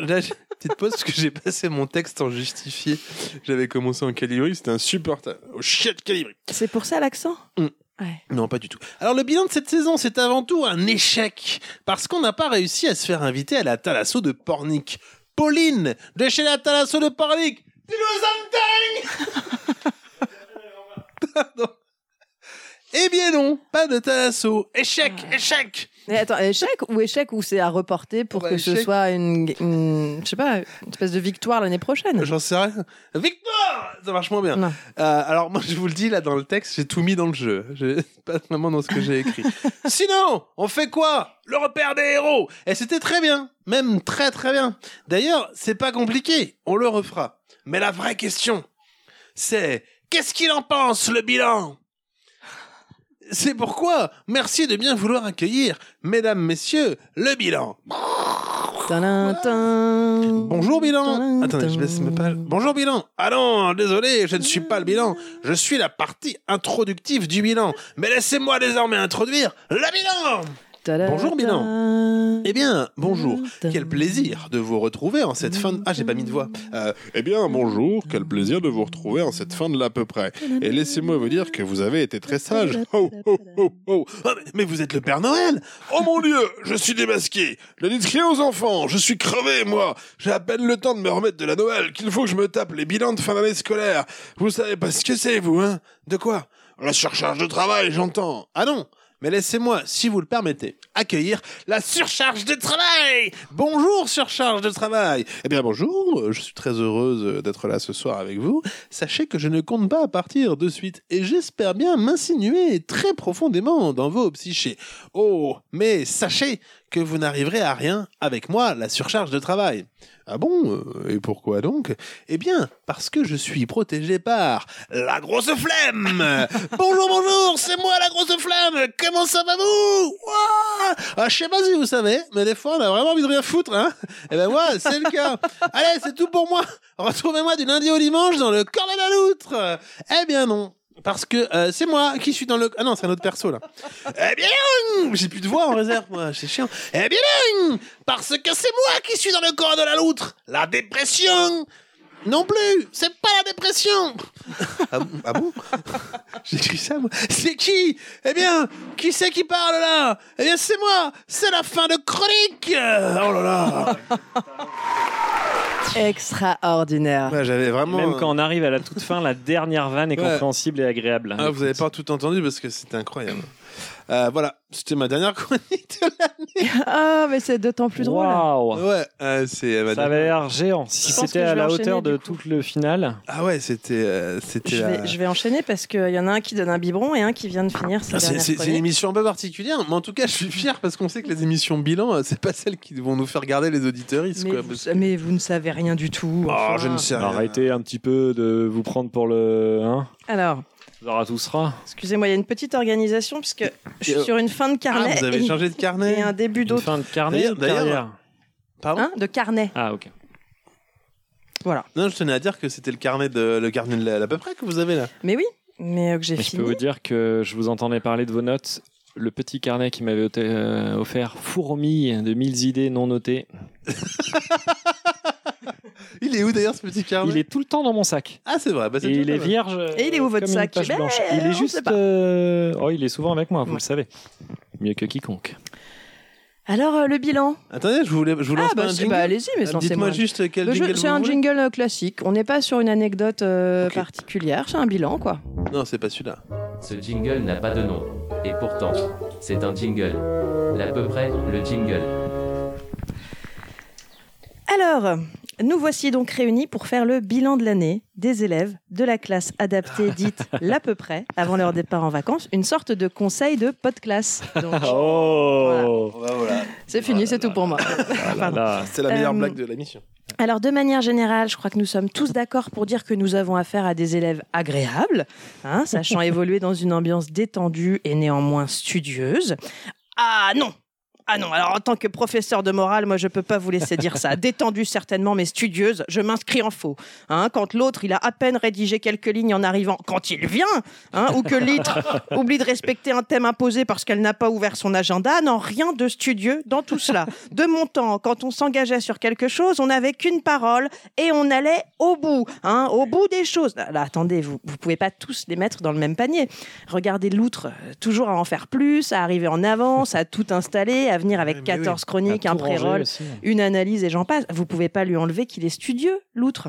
Là, j'ai- petite pause parce que j'ai passé mon texte en justifié. J'avais commencé en Calibri, c'était insupportable. Oh, Au chien de Calibri. C'est pour ça l'accent Mm. Ouais. Non, pas du tout. Alors, le bilan de cette saison, c'est avant tout un échec. Parce qu'on n'a pas réussi à se faire inviter à la Thalasso de Pornic. Pauline, de chez la Thalasso de Pornic Dis-nous something Pardon. Eh bien non, pas de Thalasso. Échec, échec Mais attends, échec ou échec ou c'est à reporter pour Bah, que ce échec. soit une, une- je sais pas, une espèce de victoire l'année prochaine. J'en sais rien. Victoire Ça marche moins bien. Non. Euh, alors moi je vous le dis là dans le texte, j'ai tout mis dans le jeu. J'ai pas vraiment dans ce que j'ai écrit. Sinon, on fait quoi Le repère des héros. Et c'était très bien, même très très bien. D'ailleurs, c'est pas compliqué, on le refera. Mais la vraie question, c'est qu'est-ce qu'il en pense le bilan C'est pourquoi merci de bien vouloir accueillir, mesdames, messieurs, le bilan. Tadam, tadam. Bonjour bilan. Tadam, Attendez, je baisse mes pages. Bonjour bilan. Ah non, désolé, je ne suis pas le bilan. Je suis la partie introductive du bilan. Mais laissez-moi désormais introduire le bilan. tadam, Bonjour, bilan. tadam. Eh bien, bonjour. Tadam. Quel plaisir de vous retrouver en cette fin de... Ah, j'ai pas mis de voix. Euh, Eh bien, bonjour, quel plaisir de vous retrouver en cette fin de l'à peu près. Et laissez-moi vous dire que vous avez été très sage. Oh, oh, oh, oh. ah, mais- mais vous êtes le Père Noël Oh mon dieu, je suis démasqué. Le discret aux enfants, je suis crevé, moi. J'ai à peine le temps de me remettre de la Noël, qu'il faut que je me tape les bilans de fin d'année scolaire. Vous savez pas ce que c'est, vous, hein De quoi La surcharge de travail, j'entends. Ah non mais laissez-moi, si vous le permettez, accueillir la surcharge de travail Bonjour surcharge de travail Eh bien bonjour, euh, je suis très heureuse euh, d'être là ce soir avec vous. Sachez que je ne compte pas partir de suite et j'espère bien m'insinuer très profondément dans vos psychés. Oh, mais sachez que vous n'arriverez à rien avec moi, la surcharge de travail. Ah bon euh, Et pourquoi donc Eh bien, parce que je suis protégé par la grosse flemme Bonjour, bonjour, c'est moi la grosse flamme. Comment ça va vous Ouah ah, Je sais pas si vous savez, mais des fois on a vraiment envie de rien foutre. Hein et ben moi, c'est le cas. Allez, c'est tout pour moi. Retrouvez-moi du lundi au dimanche dans le corps de la loutre. Eh bien non. Parce que euh, c'est moi qui suis dans le... Ah non, c'est un autre perso là. Eh bien, hum, j'ai plus de voix en réserve, moi, c'est chiant. Eh bien, hum, parce que c'est moi qui suis dans le corps de la loutre. La dépression. Non plus C'est pas la dépression Ah, bon- ah bon J'ai cru ça, moi C'est qui Eh bien, qui c'est qui parle là Eh bien, c'est moi C'est la fin de chronique Oh là là Extraordinaire. Ouais, J'avais vraiment. Même quand on arrive à la toute fin, la dernière vanne est euh. Ouais. compréhensible et agréable. Ah, vous n'avez pas tout entendu parce que c'était incroyable. Euh, voilà, c'était ma dernière chronique de la- Ah, mais c'est d'autant plus drôle. Waouh. Ouais, euh, c'est ma Ça dernière- avait l'air géant. Si Je pense c'était que je à vais la enchaîner, hauteur du de coup. tout le final. Ah ouais, c'était. euh, c'était Je la- vais, je vais enchaîner parce qu'il y en a un qui donne un biberon et un qui vient de finir sa Ah, C'est dernière c'est- c'est une chronique. émission un peu particulière, mais en tout cas, je suis fier parce qu'on sait que les émissions bilan, euh, c'est pas celles qui vont nous faire garder les auditeuristes. Mais quoi, vous, parce que- mais vous ne savez rien du tout. Oh, enfin. je ne sais rien. Arrêtez un petit peu de vous prendre pour le. Hein Alors, Zarathoustra. excusez-moi, il y a une petite organisation puisque je suis sur une fin de Ah, carnet vous avez et, changé de et carnet. un début Une d'autre. fin de carnet D'ailleurs- ou de carrière Pardon Hein, de carnet. Ah, ok. Non, je tenais à dire que c'était le carnet de le carnet de la- à peu près que vous avez là. Mais oui, mais euh, que j'ai Mais je peux fini. vous dire que je vous entendais parler de vos notes. Le petit carnet qui m'avait ôté- euh, offert fourmille de mille idées non notées. Il est où d'ailleurs ce petit carnet Il est tout le temps dans mon sac. Ah, c'est vrai. Bah, c'est Et déjà il est pas mal. vierge. euh, Et il est où, votre comme une sac page Ben, blanche. Il on est sait juste. pas. euh, Oh, il est souvent avec moi, vous Ouais. le savez. Mieux que quiconque. Alors, euh, le bilan. Attendez, je voulais je vous lance Ah, pas bah, un c'est- jingle. bah, allez-y, mais Euh, lancez Dites-moi juste quel Le jeu- jingle C'est vous un voulez. jingle euh, classique. On n'est pas sur une anecdote euh, Ok. particulière, c'est un bilan, quoi. Non, c'est pas celui-là. Ce jingle n'a pas Ah, de nom. Et pourtant, c'est un jingle. L'à peu près, le jingle. Alors, nous voici donc réunis pour faire le bilan de l'année des élèves de la classe adaptée dite l'à peu près avant leur départ en vacances, une sorte de conseil de pod classe. Donc, Oh c'est fini, c'est tout pour moi. Pardon. C'est la meilleure Euh, blague de la mission. Alors, de manière générale, je crois que nous sommes tous d'accord pour dire que nous avons affaire à des élèves agréables, hein, sachant évoluer dans une ambiance détendue et néanmoins studieuse. Ah non ah non, alors en tant que professeur de morale, moi je peux pas vous laisser dire ça. Détendue certainement, mais studieuse, je m'inscris en faux. Hein, quand l'autre, il a à peine rédigé quelques lignes en arrivant, quand il vient, hein, ou que l'itre oublie de respecter un thème imposé parce qu'elle n'a pas ouvert son agenda, non, rien de studieux dans tout cela. De mon temps, quand on s'engageait sur quelque chose, on n'avait qu'une parole et on allait au bout, hein, au bout des choses. Ah, Là, là, attendez, vous ne pouvez pas tous les mettre dans le même panier. Regardez l'outre, euh, toujours à en faire plus, à arriver en avance, à tout installer, à venir avec Ouais, mais oui. 14 chroniques, un pré-roll, une analyse et j'en passe. Vous pouvez pas lui enlever qu'il est studieux, l'outre.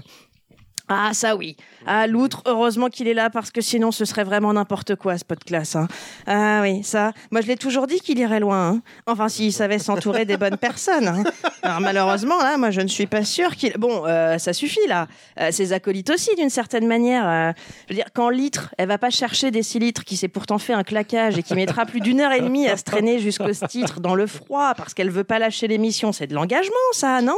Ah ça oui. Ah l'outre, heureusement qu'il est là parce que sinon ce serait vraiment n'importe quoi ce podcast. Hein. Ah oui, ça. Moi je l'ai toujours dit qu'il irait loin. hein. Enfin s'il savait s'entourer des bonnes personnes. hein. Alors malheureusement là, moi je ne suis pas sûre qu'il. Bon, euh, ça suffit là. Euh, ses acolytes aussi d'une certaine manière. euh, je veux dire quand l'itre, elle va pas chercher des litres qui s'est pourtant fait un claquage et qui mettra plus d'une heure et demie à se traîner jusqu'au titre dans le froid parce qu'elle veut pas lâcher l'émission. C'est de l'engagement ça, non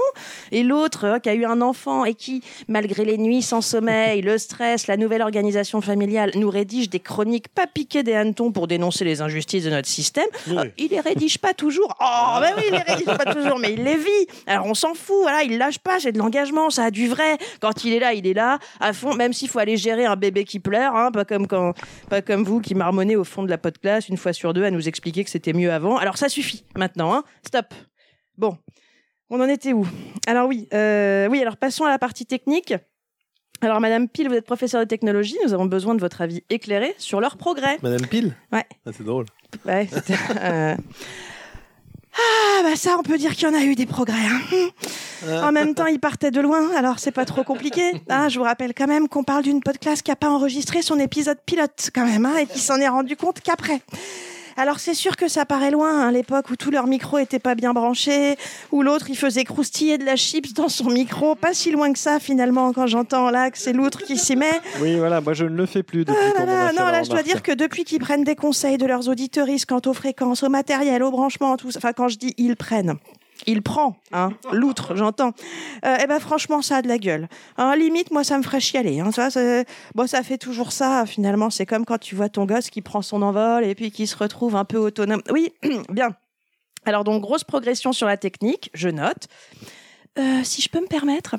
et l'autre euh, qui a eu un enfant et qui, malgré les nuits sans sommeil, le stress, la nouvelle organisation familiale, nous rédige des chroniques pas piquées des hannetons pour dénoncer les injustices de notre système, euh, il les rédige pas toujours. Oh, ben oui, il les rédige pas toujours, mais il les vit. Alors on s'en fout, voilà, il lâche pas, c'est de l'engagement, ça a du vrai. Quand il est là, il est là, à fond, même s'il faut aller gérer un bébé qui pleure, hein, pas comme quand, pas comme vous qui marmonnez au fond de la pot de classe une fois sur deux à nous expliquer que c'était mieux avant. Alors ça suffit maintenant, hein. Stop. Bon. On en était où alors oui, euh, oui. Alors passons à la partie technique. Alors Madame Pile, vous êtes professeure de technologie. Nous avons besoin de votre avis éclairé sur leur progrès. Madame Pile Ouais. Ah, c'est drôle. Ouais, c'était, euh, Ah bah ça, on peut dire qu'il y en a eu des progrès. hein. En même temps, ils partaient de loin, alors c'est pas trop compliqué. Ah, je vous rappelle quand même qu'on parle d'une podcast qui a pas enregistré son épisode pilote quand même, hein, et qui s'en est rendu compte qu'après. Alors c'est sûr que ça paraît loin, hein, l'époque où tous leurs micros étaient pas bien branchés, où l'autre il faisait croustiller de la chips dans son micro, pas si loin que ça finalement quand j'entends là que c'est l'autre qui s'y met. Oui, voilà, moi je ne le fais plus depuis Ah qu'on m'en a là, fait non, la là, je dois remarque. dire que depuis qu'ils prennent des conseils de leurs auditeuristes quant aux fréquences, au matériel, au branchement, tout ça, enfin, quand je dis ils prennent, il prend, hein, l'outre, j'entends. Euh, eh ben, franchement, ça a de la gueule. Hein, limite, moi, ça me ferait chialer. Hein, ça, c'est- bon, ça fait toujours ça, finalement. C'est comme quand tu vois ton gosse qui prend son envol et puis qui se retrouve un peu autonome. Oui, bien. Alors, donc, grosse progression sur la technique, je note. Euh, si je peux me permettre,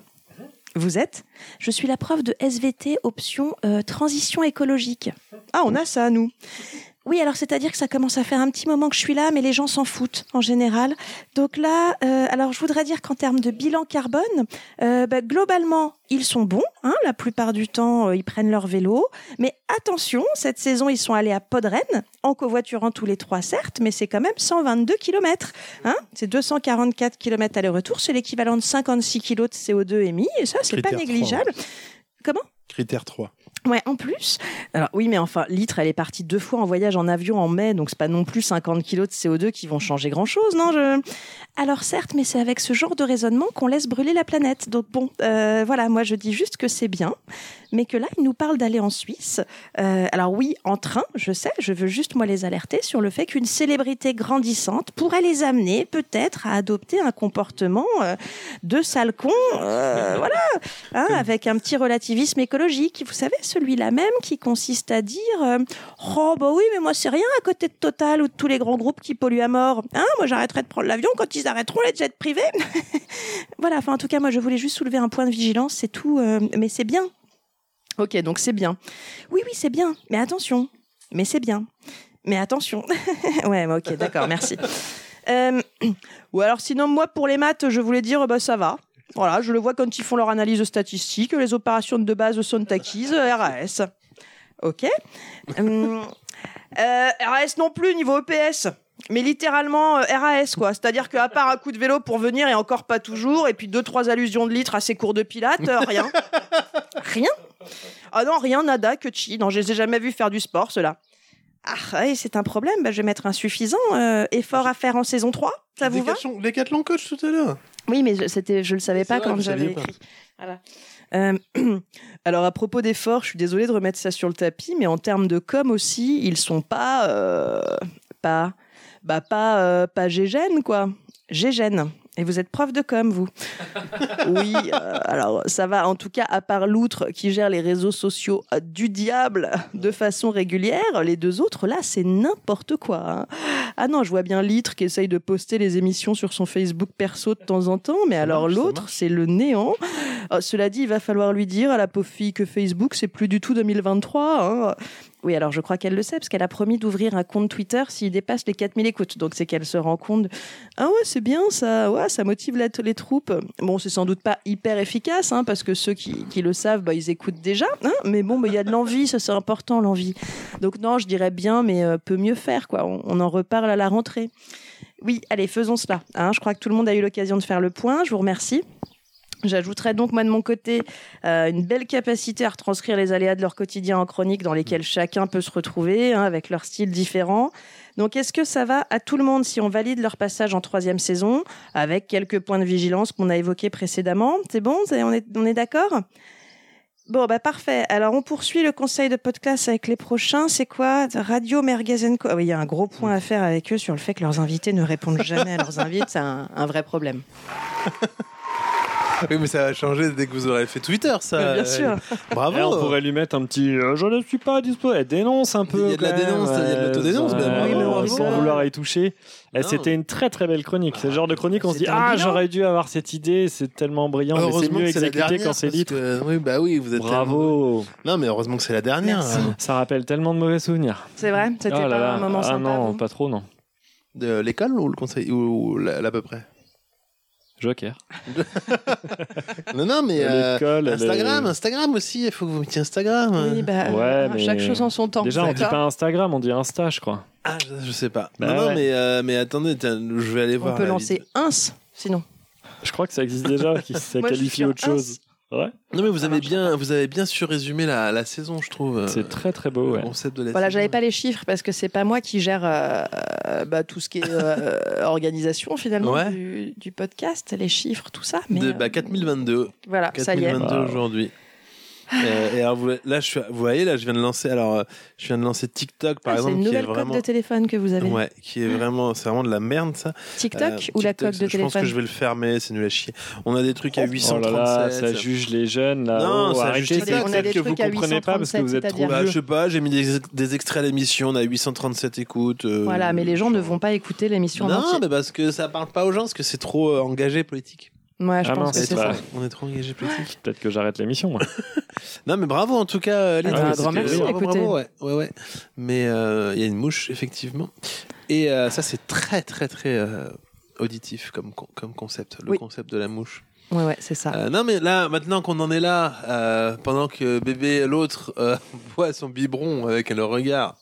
vous êtes je suis la prof de SVT option euh, transition écologique. Ah, on a ça, nous. Oui, alors c'est-à-dire que ça commence à faire un petit moment que je suis là, mais les gens s'en foutent en général. Donc là, euh, alors je voudrais dire qu'en termes de bilan carbone, euh, bah, globalement, ils sont bons. hein, la plupart du temps, euh, ils prennent leur vélo. Mais attention, cette saison, ils sont allés à Podren, en covoiturant tous les trois, certes, mais c'est quand même 122 km. Hein c'est 244 km aller-retour, c'est l'équivalent de 56 kg de CO2 émis, et ça, c'est pas Critère trois, négligeable. Comment Critère 3. Ouais, en plus. Alors oui, mais enfin, Litre, elle est partie deux fois en voyage en avion en mai, donc c'est pas non plus 50 kilos de CO2 qui vont changer grand-chose, non je... Alors certes, mais c'est avec ce genre de raisonnement qu'on laisse brûler la planète. Donc bon, euh, voilà, moi je dis juste que c'est bien, mais que là, ils nous parlent d'aller en Suisse. Euh, alors oui, en train, je sais, je veux juste moi les alerter sur le fait qu'une célébrité grandissante pourrait les amener peut-être à adopter un comportement euh, de sale con, euh, voilà, hein, avec un petit relativisme écologique, vous savez, celui-là même qui consiste à dire euh, Oh, bah oui, mais moi, c'est rien à côté de Total ou de tous les grands groupes qui polluent à mort. Hein, moi, j'arrêterai de prendre l'avion quand ils arrêteront les jets privés. voilà, enfin, en tout cas, moi, je voulais juste soulever un point de vigilance, c'est tout, euh, mais c'est bien. Ok, donc c'est bien. Oui, oui, c'est bien, mais attention, mais c'est bien. Mais attention. ouais, bah, ok, d'accord, merci. Euh, ou alors sinon, moi, pour les maths, je voulais dire, bah, ça va. Voilà, je le vois quand ils font leur analyse statistique, les opérations de base sont acquises, RAS. Ok. Hum, euh, RAS non plus, niveau EPS. Mais littéralement euh, RAS, quoi. C'est-à-dire qu'à part un coup de vélo pour venir et encore pas toujours, et puis deux, trois allusions de litres à ses cours de pilates, euh, rien. rien Ah non, rien, nada, que chi. Non, je les ai jamais vus faire du sport, ceux-là. Ah, ouais, c'est un problème, bah, je vais mettre insuffisant. euh, effort à faire en saison 3, ça vous va Décathlon, Décathlon coach tout à l'heure. oui, mais je, c'était, je le savais pas vrai, quand vous j'avais saviez pas. écrit. Voilà. Euh, alors à propos d'efforts, je suis désolée de remettre ça sur le tapis, mais en termes de com aussi, ils sont pas euh, pas bah pas euh, pas gégène quoi, gégène. Et vous êtes prof de com vous Oui. euh, alors ça va. En tout cas, à part l'outre qui gère les réseaux sociaux euh, du diable de façon régulière, les deux autres là, c'est n'importe quoi. hein. Ah non, je vois bien Litre qui essaye de poster les émissions sur son Facebook perso de temps en temps, mais alors marche, ça l'autre, c'est le néant. Euh, cela dit, il va falloir lui dire à la pauvre fille que Facebook, c'est plus du tout 2023. hein. Oui, alors je crois qu'elle le sait, parce qu'elle a promis d'ouvrir un compte Twitter s'il dépasse les 4000 écoutes. Donc c'est qu'elle se rend compte. Ah ouais, c'est bien ça, ouais, ça motive la- les troupes. Bon, c'est sans doute pas hyper efficace, hein, parce que ceux qui, qui le savent, bah, ils écoutent déjà. hein. mais bon, bah, il y a de l'envie, ça c'est important, l'envie. Donc non, je dirais bien, mais euh, peut mieux faire, quoi. On, on en reparle à la rentrée. Oui, allez, faisons cela. hein. Je crois que tout le monde a eu l'occasion de faire le point. Je vous remercie. J'ajouterai donc, moi, de mon côté, euh, une belle capacité à retranscrire les aléas de leur quotidien en chronique dans lesquels chacun peut se retrouver, hein, avec leur style différent. Donc, est-ce que ça va à tout le monde si on valide leur passage en troisième saison, avec quelques points de vigilance qu'on a évoqués précédemment C'est bon C'est- On est, on est d'accord Bon, bah parfait. Alors, on poursuit le conseil de podcast avec les prochains. C'est quoi Radio Merguez Co. Ah oui, il y a un gros point à faire avec eux sur le fait que leurs invités ne répondent jamais à leurs invités. C'est un- un vrai problème. Ah Oui, mais ça va changer dès que vous aurez fait Twitter, ça. Mais bien euh, sûr. Bravo. Eh, Oh. on pourrait lui mettre un petit euh, je ne suis pas dispo. Elle dénonce un peu. Il y a de la quand même, euh, dénonce, il y a de l'autodénonce, ouais, mais bravo, oui, mais on- bravo. euh, sans hein. vouloir y toucher. Eh, Non. Bah, C'était une très très belle chronique. C'est le genre de chronique, on se dit c'était un Ah, bilan. j'aurais dû avoir cette idée, c'est tellement brillant, mais c'est Heureusement mieux que c'est la exécuté dernière. quand c'est parce litre. que- Oui, bah oui, vous êtes. tellement- Bravo Non, mais heureusement que c'est la dernière. Merci. hein, Ça rappelle tellement de mauvais souvenirs. C'est vrai C'était Ah pas là là. un moment ah sympa non, vous pas trop, non. De l'école ou le conseil ou l'à l'à peu près. Joker. Non, non, mais. De euh, l'école, Instagram, les- Instagram aussi. Il faut que vous mettiez Instagram. Oui, bah, Ouais, euh, mais- chaque chose en son temps. Déjà, on dit D'accord. pas Instagram, on dit Insta, je crois. Ah, je, je sais pas. Bah non, non, ouais. mais euh, mais attendez, tiens, je vais aller On voir. peut la lancer liste. un, sinon. Je crois que ça existe déjà, qui ça Moi, je suis qualifie sur autre chose. Ouais, Non, mais vous avez bien, vous avez bien surrésumé la, la saison, je trouve. euh, c'est très très beau. Le Ouais. concept de la Voilà, saison. j'avais pas les chiffres parce que c'est pas moi qui gère euh, euh, bah, tout ce qui est euh, organisation finalement Ouais. du, du podcast, les chiffres, tout ça. Mais De, euh, bah, 4022. Voilà, ça y est. 4022 Wow. aujourd'hui. Euh, et alors, vous, là, je suis, vous voyez, là, je viens de lancer. Alors, euh, je viens de lancer TikTok, par Ah, c'est exemple, une qui est nouvelle vraiment, code de téléphone que vous avez. ouais, qui est vraiment, c'est vraiment de la merde, ça. TikTok Euh, ou la TikTok, code de Je pense téléphone que je vais le fermer, c'est nul à chier. On a des trucs à Oh 837. là là, ça juge les jeunes là. Non, Oh, ça arrêtez, juge c'est les jeunes. On a peut-être des que vous trucs à comprenez pas parce que vous êtes trop c'est-à-dire- Bah, je vieux. sais pas, j'ai mis des, des extraits à l'émission, on a 837 écoutes. euh, Voilà, mais les gens ne vont pas écouter l'émission en Non, entier. mais parce que ça parle pas aux gens, parce que c'est trop euh, engagé politique. Ouais, je Ah pense mince, que c'est bah, ça. On est trop engagé politique. Peut-être que j'arrête l'émission, moi. Non, mais bravo en tout cas, euh, Lydie, Ah, parce grand que- merci, bravo, écoutez. bravo, ouais, ouais, ouais. Mais euh, il y a une mouche, effectivement. Et euh, ça, c'est très, très, très euh, auditif comme, con- comme concept, le Oui. concept de la mouche. Ouais, ouais, c'est ça. Euh, non, mais là, maintenant qu'on en est là, euh, pendant que bébé l'autre euh, boit son biberon avec le regard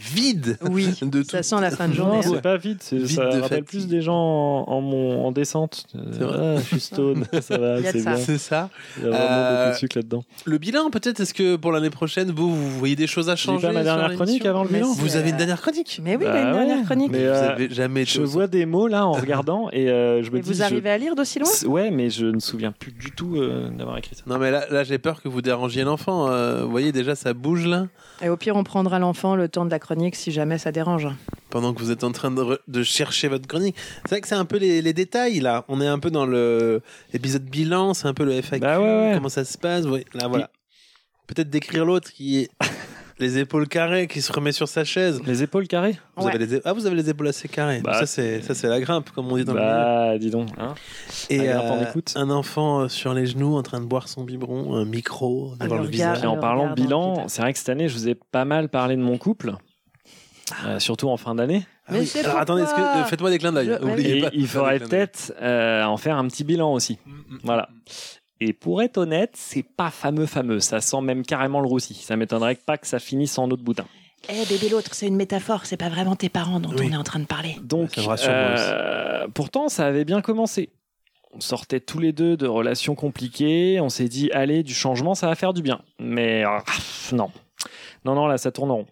vide Oui, de tout. ça sent la fin de Non, journée. c'est Ouais. pas vite. c'est- Vite ça de rappelle fatigue. plus des gens en, en mon- en descente. Euh, C'est vrai. ah, je suis stone, ça va, Il y a de c'est ça. bien. C'est ça. Il y a vraiment Euh, beaucoup de sucre là-dedans. Le bilan, peut-être, est-ce que pour l'année prochaine, vous, vous voyez des choses à J'ai changer pas ma sur dernière l'émission chronique avant le Mais bilan. si. Vous avez une dernière chronique Mais oui, Bah il y a une dernière ouais. chronique. Mais, Vous euh, avez jamais été Je au- vois des mots là en regardant et euh, je me Et dis. vous je- arrivez à lire d'aussi loin C'est- Ouais, mais je ne me souviens plus du tout euh, d'avoir écrit ça. Non mais là, là j'ai peur que vous dérangiez l'enfant. Euh, vous voyez déjà ça bouge là Et au pire, on prendra l'enfant le temps de la chronique si jamais ça dérange. pendant que vous êtes en train de, re- de chercher votre chronique. C'est vrai que c'est un peu les, les détails là. On est un peu dans le épisode bilan, c'est un peu le FAQ, Bah ouais, ouais. comment ça se passe. Oui, là voilà. Peut-être décrire l'autre qui est les épaules carrées, qui se remet sur sa chaise. Les épaules carrées Vous Ouais. avez les é- ah vous avez les épaules assez carrées. Bah, ça c'est ça c'est la grimpe comme on dit dans le milieu. Bah, dis donc. hein. Et euh, la grimpe en écoute. un enfant euh, sur les genoux en train de boire son biberon, un micro devant le le regard. visage. Et en le parlant regard de dans Ah, le bilan, vide. c'est vrai que cette année, je vous ai pas mal parlé de mon couple. Euh, surtout en fin d'année. Ah Mais oui. c'est Alors attendez, est-ce pourquoi que euh, faites-moi des clins d'œil. Je- N'oubliez Et pas. il faudrait Faites-moi des clins d'œil. Mm, peut-être euh, en faire un petit bilan aussi. Voilà. Et pour être honnête, c'est pas fameux fameux. Ça sent même carrément le roussi. Ça m'étonnerait pas que ça finisse en eau de boutin. Eh bébé l'autre, c'est une métaphore, c'est pas vraiment tes parents dont Oui. on est en train de parler. Donc, Ça me rassure, moi euh, pourtant, ça avait bien commencé. On sortait tous les deux de relations compliquées. On s'est dit, allez, du changement, ça va faire du bien. Mais ah, non. Non, non, là, ça tourne en rond.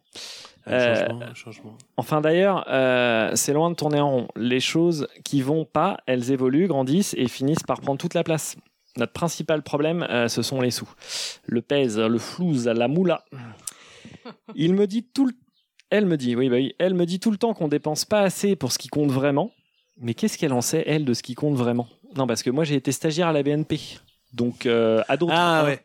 Un Euh, changement, un changement. Enfin d'ailleurs, euh, c'est loin de tourner en rond. Les choses qui vont pas, elles évoluent, grandissent et finissent par prendre toute la place. Notre principal problème, euh, ce sont les sous. Le pèse, le flouze, la moula. Il me dit tout le... Elle me dit, oui, bah oui, elle me dit tout le temps qu'on dépense pas assez pour ce qui compte vraiment. Mais qu'est-ce qu'elle en sait, elle, de ce qui compte vraiment Non, parce que moi, j'ai été stagiaire à la BNP. Donc, euh, à d'autres. Ah hein. ouais.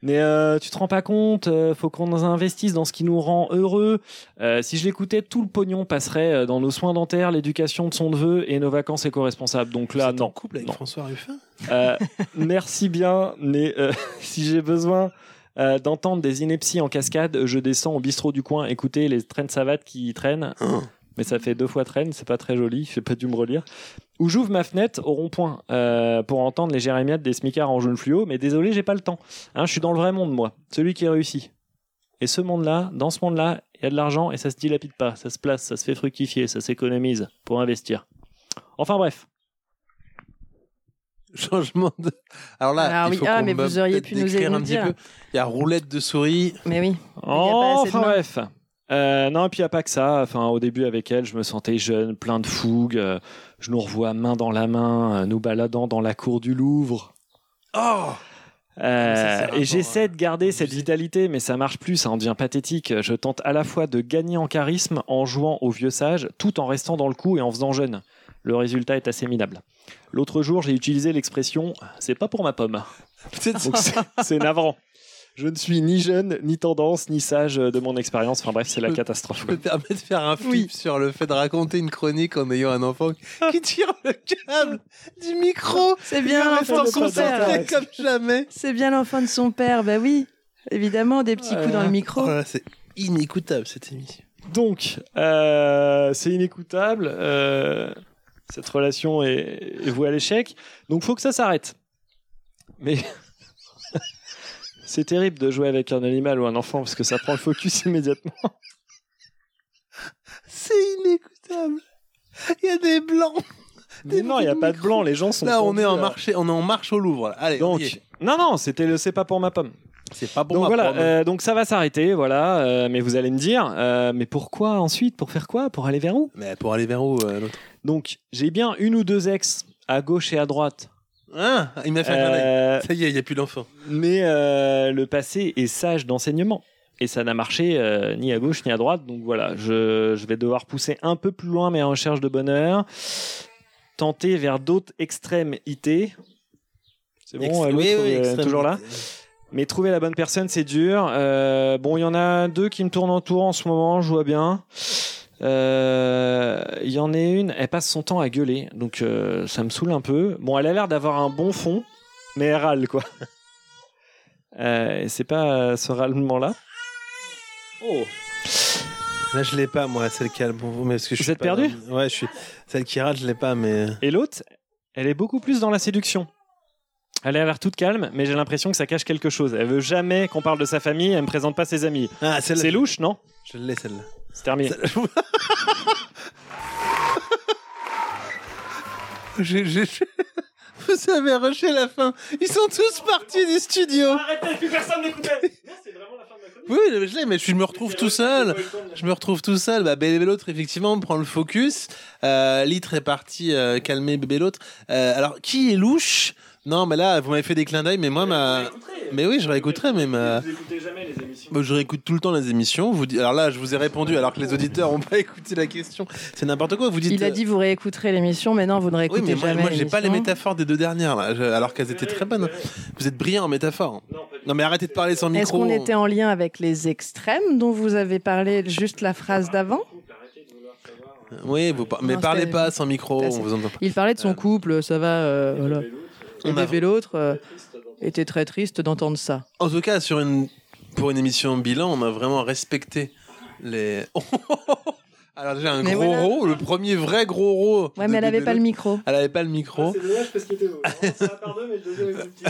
Mais euh, tu te rends pas compte, euh, faut qu'on investisse dans ce qui nous rend heureux. Euh, si je l'écoutais, tout le pognon passerait euh, dans nos soins dentaires, l'éducation de son neveu et nos vacances éco-responsables. Donc là, C'est en non. couple avec Non. François Ruffin Euh, merci bien, mais euh, si j'ai besoin euh, d'entendre des inepties en cascade, je descends au bistrot du coin écouter les traînes savates qui traînent. Mais ça fait deux fois traîne, c'est pas très joli, j'ai pas dû me relire. Ou j'ouvre ma fenêtre au rond-point euh, pour entendre les jérémiades des smicards en jaune fluo, mais désolé, j'ai pas le temps. Hein, je suis dans le vrai monde, moi, celui qui réussit. Et ce monde-là, dans ce monde-là, il y a de l'argent et ça se dilapide pas, ça se place, ça se fait fructifier, ça s'économise pour investir. Enfin bref. Changement de. Alors là, Alors il oui, faut ah, qu'on mais me- vous auriez peut-être pu nous hein. décrire un nous petit dire. peu. Il y a roulette de souris. Mais oui. Il y a pas assez de Enfin mains. bref. Euh, non, et puis il n'y a pas que ça. Enfin, au début, avec elle, je me sentais jeune, plein de fougue. Euh, je nous revois main dans la main, euh, nous baladant dans la cour du Louvre. Oh Ah, Euh, Ça, c'est rapport, et j'essaie hein, euh, de garder au cette musée. vitalité, mais ça marche plus, ça en devient pathétique. Je tente à la fois de gagner en charisme en jouant au vieux sage, tout en restant dans le coup et en faisant jeune. Le résultat est assez minable. L'autre jour, j'ai utilisé l'expression « c'est pas pour ma pomme ». Peut-être Donc c'est- c'est navrant. Je ne suis ni jeune, ni tendance, ni sage de mon expérience. Enfin bref, c'est la Je- catastrophe. me permet de faire un flip sur le fait de raconter une chronique en ayant un enfant qui tire le câble du micro. C'est Il Eh bien reste l'enfant de son père. concentré comme jamais. C'est bien l'enfant de son père, bah oui. Évidemment, des petits coups dans le Oh micro. là là, c'est inécoutable cette émission. Donc, euh, c'est inécoutable. euh, cette relation est, est vouée à l'échec. Donc, faut que ça s'arrête. Mais c'est terrible de jouer avec un animal ou un enfant parce que ça prend le focus immédiatement. C'est inécoutable. Il y a des blancs. Mais non, il n'y a pas de blanc. Les gens sont Là, on est en tendus à- marché, on est en marche au Louvre. là. Allez, on y Donc, est. non, non, c'était le c'est pas pour ma pomme. c'est pas bon. donc à voilà, prendre. euh, donc ça va s'arrêter, voilà. euh, mais vous allez me dire, euh, mais pourquoi ensuite Pour faire quoi Pour aller vers où Mais pour aller vers où euh, l'autre Donc j'ai bien une ou deux ex à gauche et à droite. Ah, il m'a fait un clin d'œil. Euh, Ça y est, il n'y a plus d'enfant. mais euh, le passé est sage d'enseignement. Et ça n'a marché euh, ni à gauche ni à droite. Donc voilà, je, je vais devoir pousser un peu plus loin mes recherches de bonheur, tenter vers d'autres extrêmes IT. C'est bon, euh, l'autre, euh, toujours là Mais trouver la bonne personne, c'est dur. Euh, bon, il y en a deux qui me tournent autour en ce moment, je vois bien. Euh, Il y en a une, elle passe son temps à gueuler, donc euh, ça me saoule un peu. Bon, elle a l'air d'avoir un bon fond, mais elle râle quoi. Euh, et c'est pas euh, ce râlement-là. Oh. Là, je l'ai pas, moi, celle qui a le bon mais parce que je Vous suis êtes pas perdu dans- Ouais, je suis. Celle qui rate, je l'ai pas, mais. euh, Et l'autre, elle est beaucoup plus dans la séduction. Elle a l'air toute calme, mais j'ai l'impression que ça cache quelque chose. Elle veut jamais qu'on parle de sa famille, elle me présente pas ses amis. Ah, celle-là. C'est louche, non Je l'ai, celle-là. C'est terminé. J'ai- j'ai- Vous avez rushé la fin. Ils sont tous partis du studio. Arrêtez, plus personne n'écoutait C'est vraiment la fin de la chronique. Oui, oui, je l'ai, mais je me retrouve tout seul. Je me retrouve tout seul. Bah, bébé l'autre, effectivement, prend le focus. Euh, Litre est parti euh, calmer bébé l'autre. Euh, alors, qui est louche Non, mais là, vous m'avez fait des clins d'œil, mais moi, ma. Mais oui, je réécouterai, mais ma. Vous écoutez jamais les émissions. Bah, je réécoute tout le temps les émissions. Vous dites- Alors là, je vous ai répondu alors que les auditeurs n'ont pas écouté la question. C'est n'importe quoi. Vous dites. euh, Il a dit vous réécouterez l'émission, mais non, vous ne Oui, réécoutez mais moi, jamais. moi, j'ai pas les l'émission. métaphores des deux dernières, là, je- alors qu'elles étaient très bonnes. Vous êtes brillant en métaphores. Non, mais arrêtez de parler sans micro. Est-ce qu'on était en lien avec les extrêmes dont vous avez parlé juste la phrase d'avant Oui, vous par- mais Non, parlez c'était- pas sans micro, c'était assez- on vous entend pas. Il parlait de son couple, ça va, euh, voilà. On Et a- bébé l'autre euh, était très triste d'entendre ça. En tout cas, sur une... pour une émission bilan, on a vraiment respecté les. Alors déjà un Mais gros voilà. ro, le premier vrai gros ro. Ouais, de mais elle avait Bébé pas le Lot. micro. Elle avait pas le micro. Ah, dommage parce qu'il était beau. C'est un par deux, mais le deuxième est petit.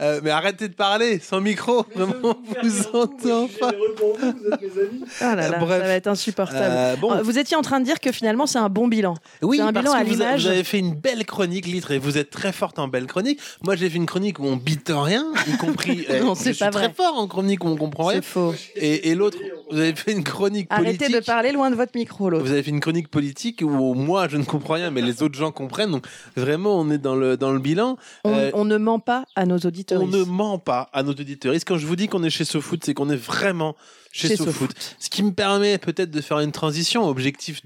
Euh, mais arrêtez de parler sans micro. Vraiment, on vous entend pas. vous êtes mes amis. Ah là là, Bref. ça va être insupportable. Euh, bon, Euh, Vous étiez en train de dire que finalement c'est un bon bilan. oui, c'est un parce bilan à que vous, a- l'image. vous avez fait une belle chronique, Litre, et vous êtes très forte en belle chronique. Moi, j'ai fait une chronique où on bite rien, y compris. euh, Non, je c'est suis pas très vrai. fort en chronique où on comprend rien. C'est faux. Et, et l'autre, vous avez fait une chronique politique. Arrêtez de parler loin de votre micro, l'autre. Vous avez fait une chronique politique où moi je ne comprends rien, mais les autres gens comprennent. Donc vraiment, on est dans le, dans le bilan. On, Euh, on ne ment pas à nos auditeurs. on ne ment pas à nos auditeurs. Et quand je vous dis qu'on est chez SoFoot, c'est qu'on est vraiment chez, Chez SoFoot. Ce qui me permet peut-être de faire une transition. Objectif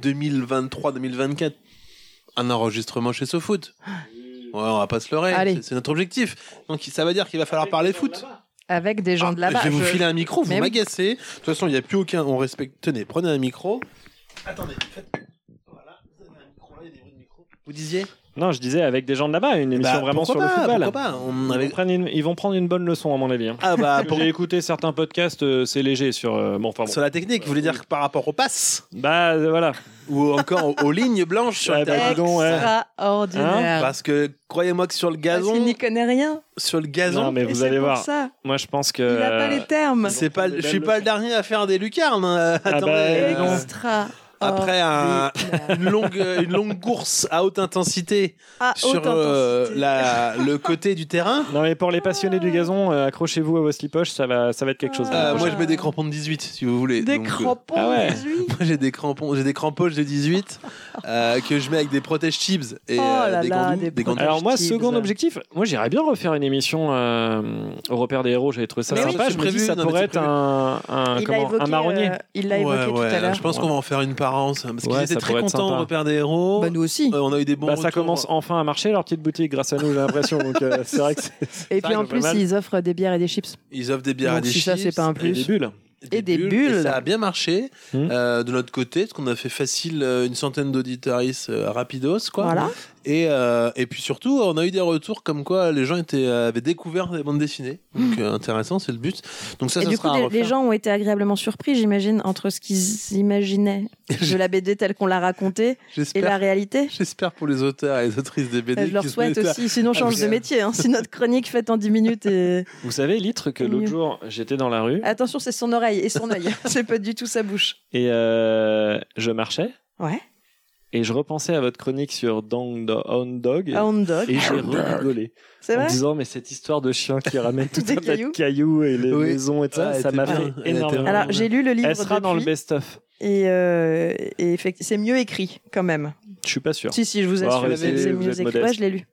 2023-2024. Un enregistrement chez SoFoot. Ouais, on va pas se leurrer. Ah. Allez. C'est- C'est notre objectif. Donc ça veut dire qu'il va falloir parler foot. Avec des gens de Ah, là-bas. Je vais vous filer un micro, vous Mais oui. m'agacez. De toute façon, il n'y a plus aucun. On respecte. Tenez, prenez un micro. Attendez, faites. Voilà, vous avez un micro là, il y a des bruits de micro. Vous disiez Non, je disais avec des gens de là-bas, une émission Bah, vraiment sur pourquoi le pas, football. Pourquoi pas On Ils, avait- vont prendre une- ils vont prendre une bonne leçon, à mon avis. hein. Ah bah, pour... J'ai écouté certains podcasts, euh, c'est léger sur. euh, bon, enfin bon. sur la technique, vous voulez dire que par rapport aux passes Bah euh, voilà. Ou encore aux, aux lignes blanches sur Ouais, le terrain bah, dis donc, ouais. Extraordinaire. Hein Parce que croyez-moi que sur le Parce qu'il gazon, n'y connaît rien. sur le Non, gazon, mais Et vous c'est allez pour voir. ça. Moi, je pense que. euh, Il n'a pas les termes. Euh, c'est pas, je suis pas le dernier à faire des lucarnes. hein. Ah bah, Attendez, euh, non. Extra. après un- une longue, une longue course à haute intensité Ah, sur autant euh, intensité. la, le côté du terrain. Non, mais pour les passionnés du gazon, euh, accrochez-vous à vos slipoches, ça va, ça va être quelque chose. hein. Euh, Ah. moi, je mets des crampons de 18, si vous voulez. Des Donc, euh, crampons. Ah ouais. Jésus. moi, j'ai des crampons, j'ai des crampoches de 18 euh, que je mets avec des protèges chips et Oh euh, là des là, gants de- des des gants de- protèges. Alors moi, Chips. second objectif, moi j'irais bien refaire une émission euh, au repère des héros, j'avais trouvé ça Mais oui, sympa, c'est je me dis prévu, ça non, mais pourrait c'est être prévu. un, un, Il l'a comment, évoqué, un marronnier. euh, il l'a Ouais, évoqué tout ouais, à l'heure. Je pense qu'on va en faire une par an, ça, parce qu'ils Ouais, étaient ça très pourrait être contents au sympa. repère des héros. Bah, nous aussi. Euh, on a eu des bons Bah, ça retours. commence enfin à marcher leur petite boutique grâce à nous, j'ai l'impression. Donc euh, c'est vrai que c'est Et Ça, puis ils en ont pas plus, mal. ils offrent des bières et des chips. Ils offrent des bières et Donc des si ça, chips, c'est pas un c'est des plus. bulles. Et des Et bulles. ça a bien marché Hmm. euh, de notre côté, parce qu'on a fait facile euh, une centaine d'auditoris euh, rapidos, quoi. Voilà. Et, euh, et puis surtout, on a eu des retours comme quoi les gens étaient, euh, avaient découvert les bandes dessinées. Donc euh, intéressant, c'est le but. Donc ça, et ça du sera coup, à les, les refaire. gens ont été agréablement surpris, j'imagine, entre ce qu'ils imaginaient de la BD telle qu'on l'a racontée et J'espère. la réalité. J'espère pour les auteurs et les autrices des BD. Je leur qui se souhaite mettent à- aussi, sinon Ah, change vous- de métier. hein. Si notre chronique faite en 10 minutes et... Vous savez, Litre, que Mieux. l'autre jour, j'étais dans la rue Attention, c'est son oreille et son œil. c'est pas du tout sa bouche. et euh, je marchais Ouais. et je repensais à votre chronique sur Down Do- Hound Dog. Ah, Hound dog. Et j'ai rigolé C'est en vrai disant mais cette histoire de chien qui ramène tout Des un tas de cailloux. cailloux et les Oui. maisons et tout Ah, ça, elle ça était m'a bien. fait Elle était énormément. vraiment Alors, j'ai lu le livre Euh, Elle sera depuis, dans le best-of. et, euh, et effecti- c'est mieux écrit quand même. Je suis pas sûr. Si, si, je vous Bon, assure, arrêtez, c'est c'est vous mieux êtes écrit. modeste. Ouais, je l'ai lu.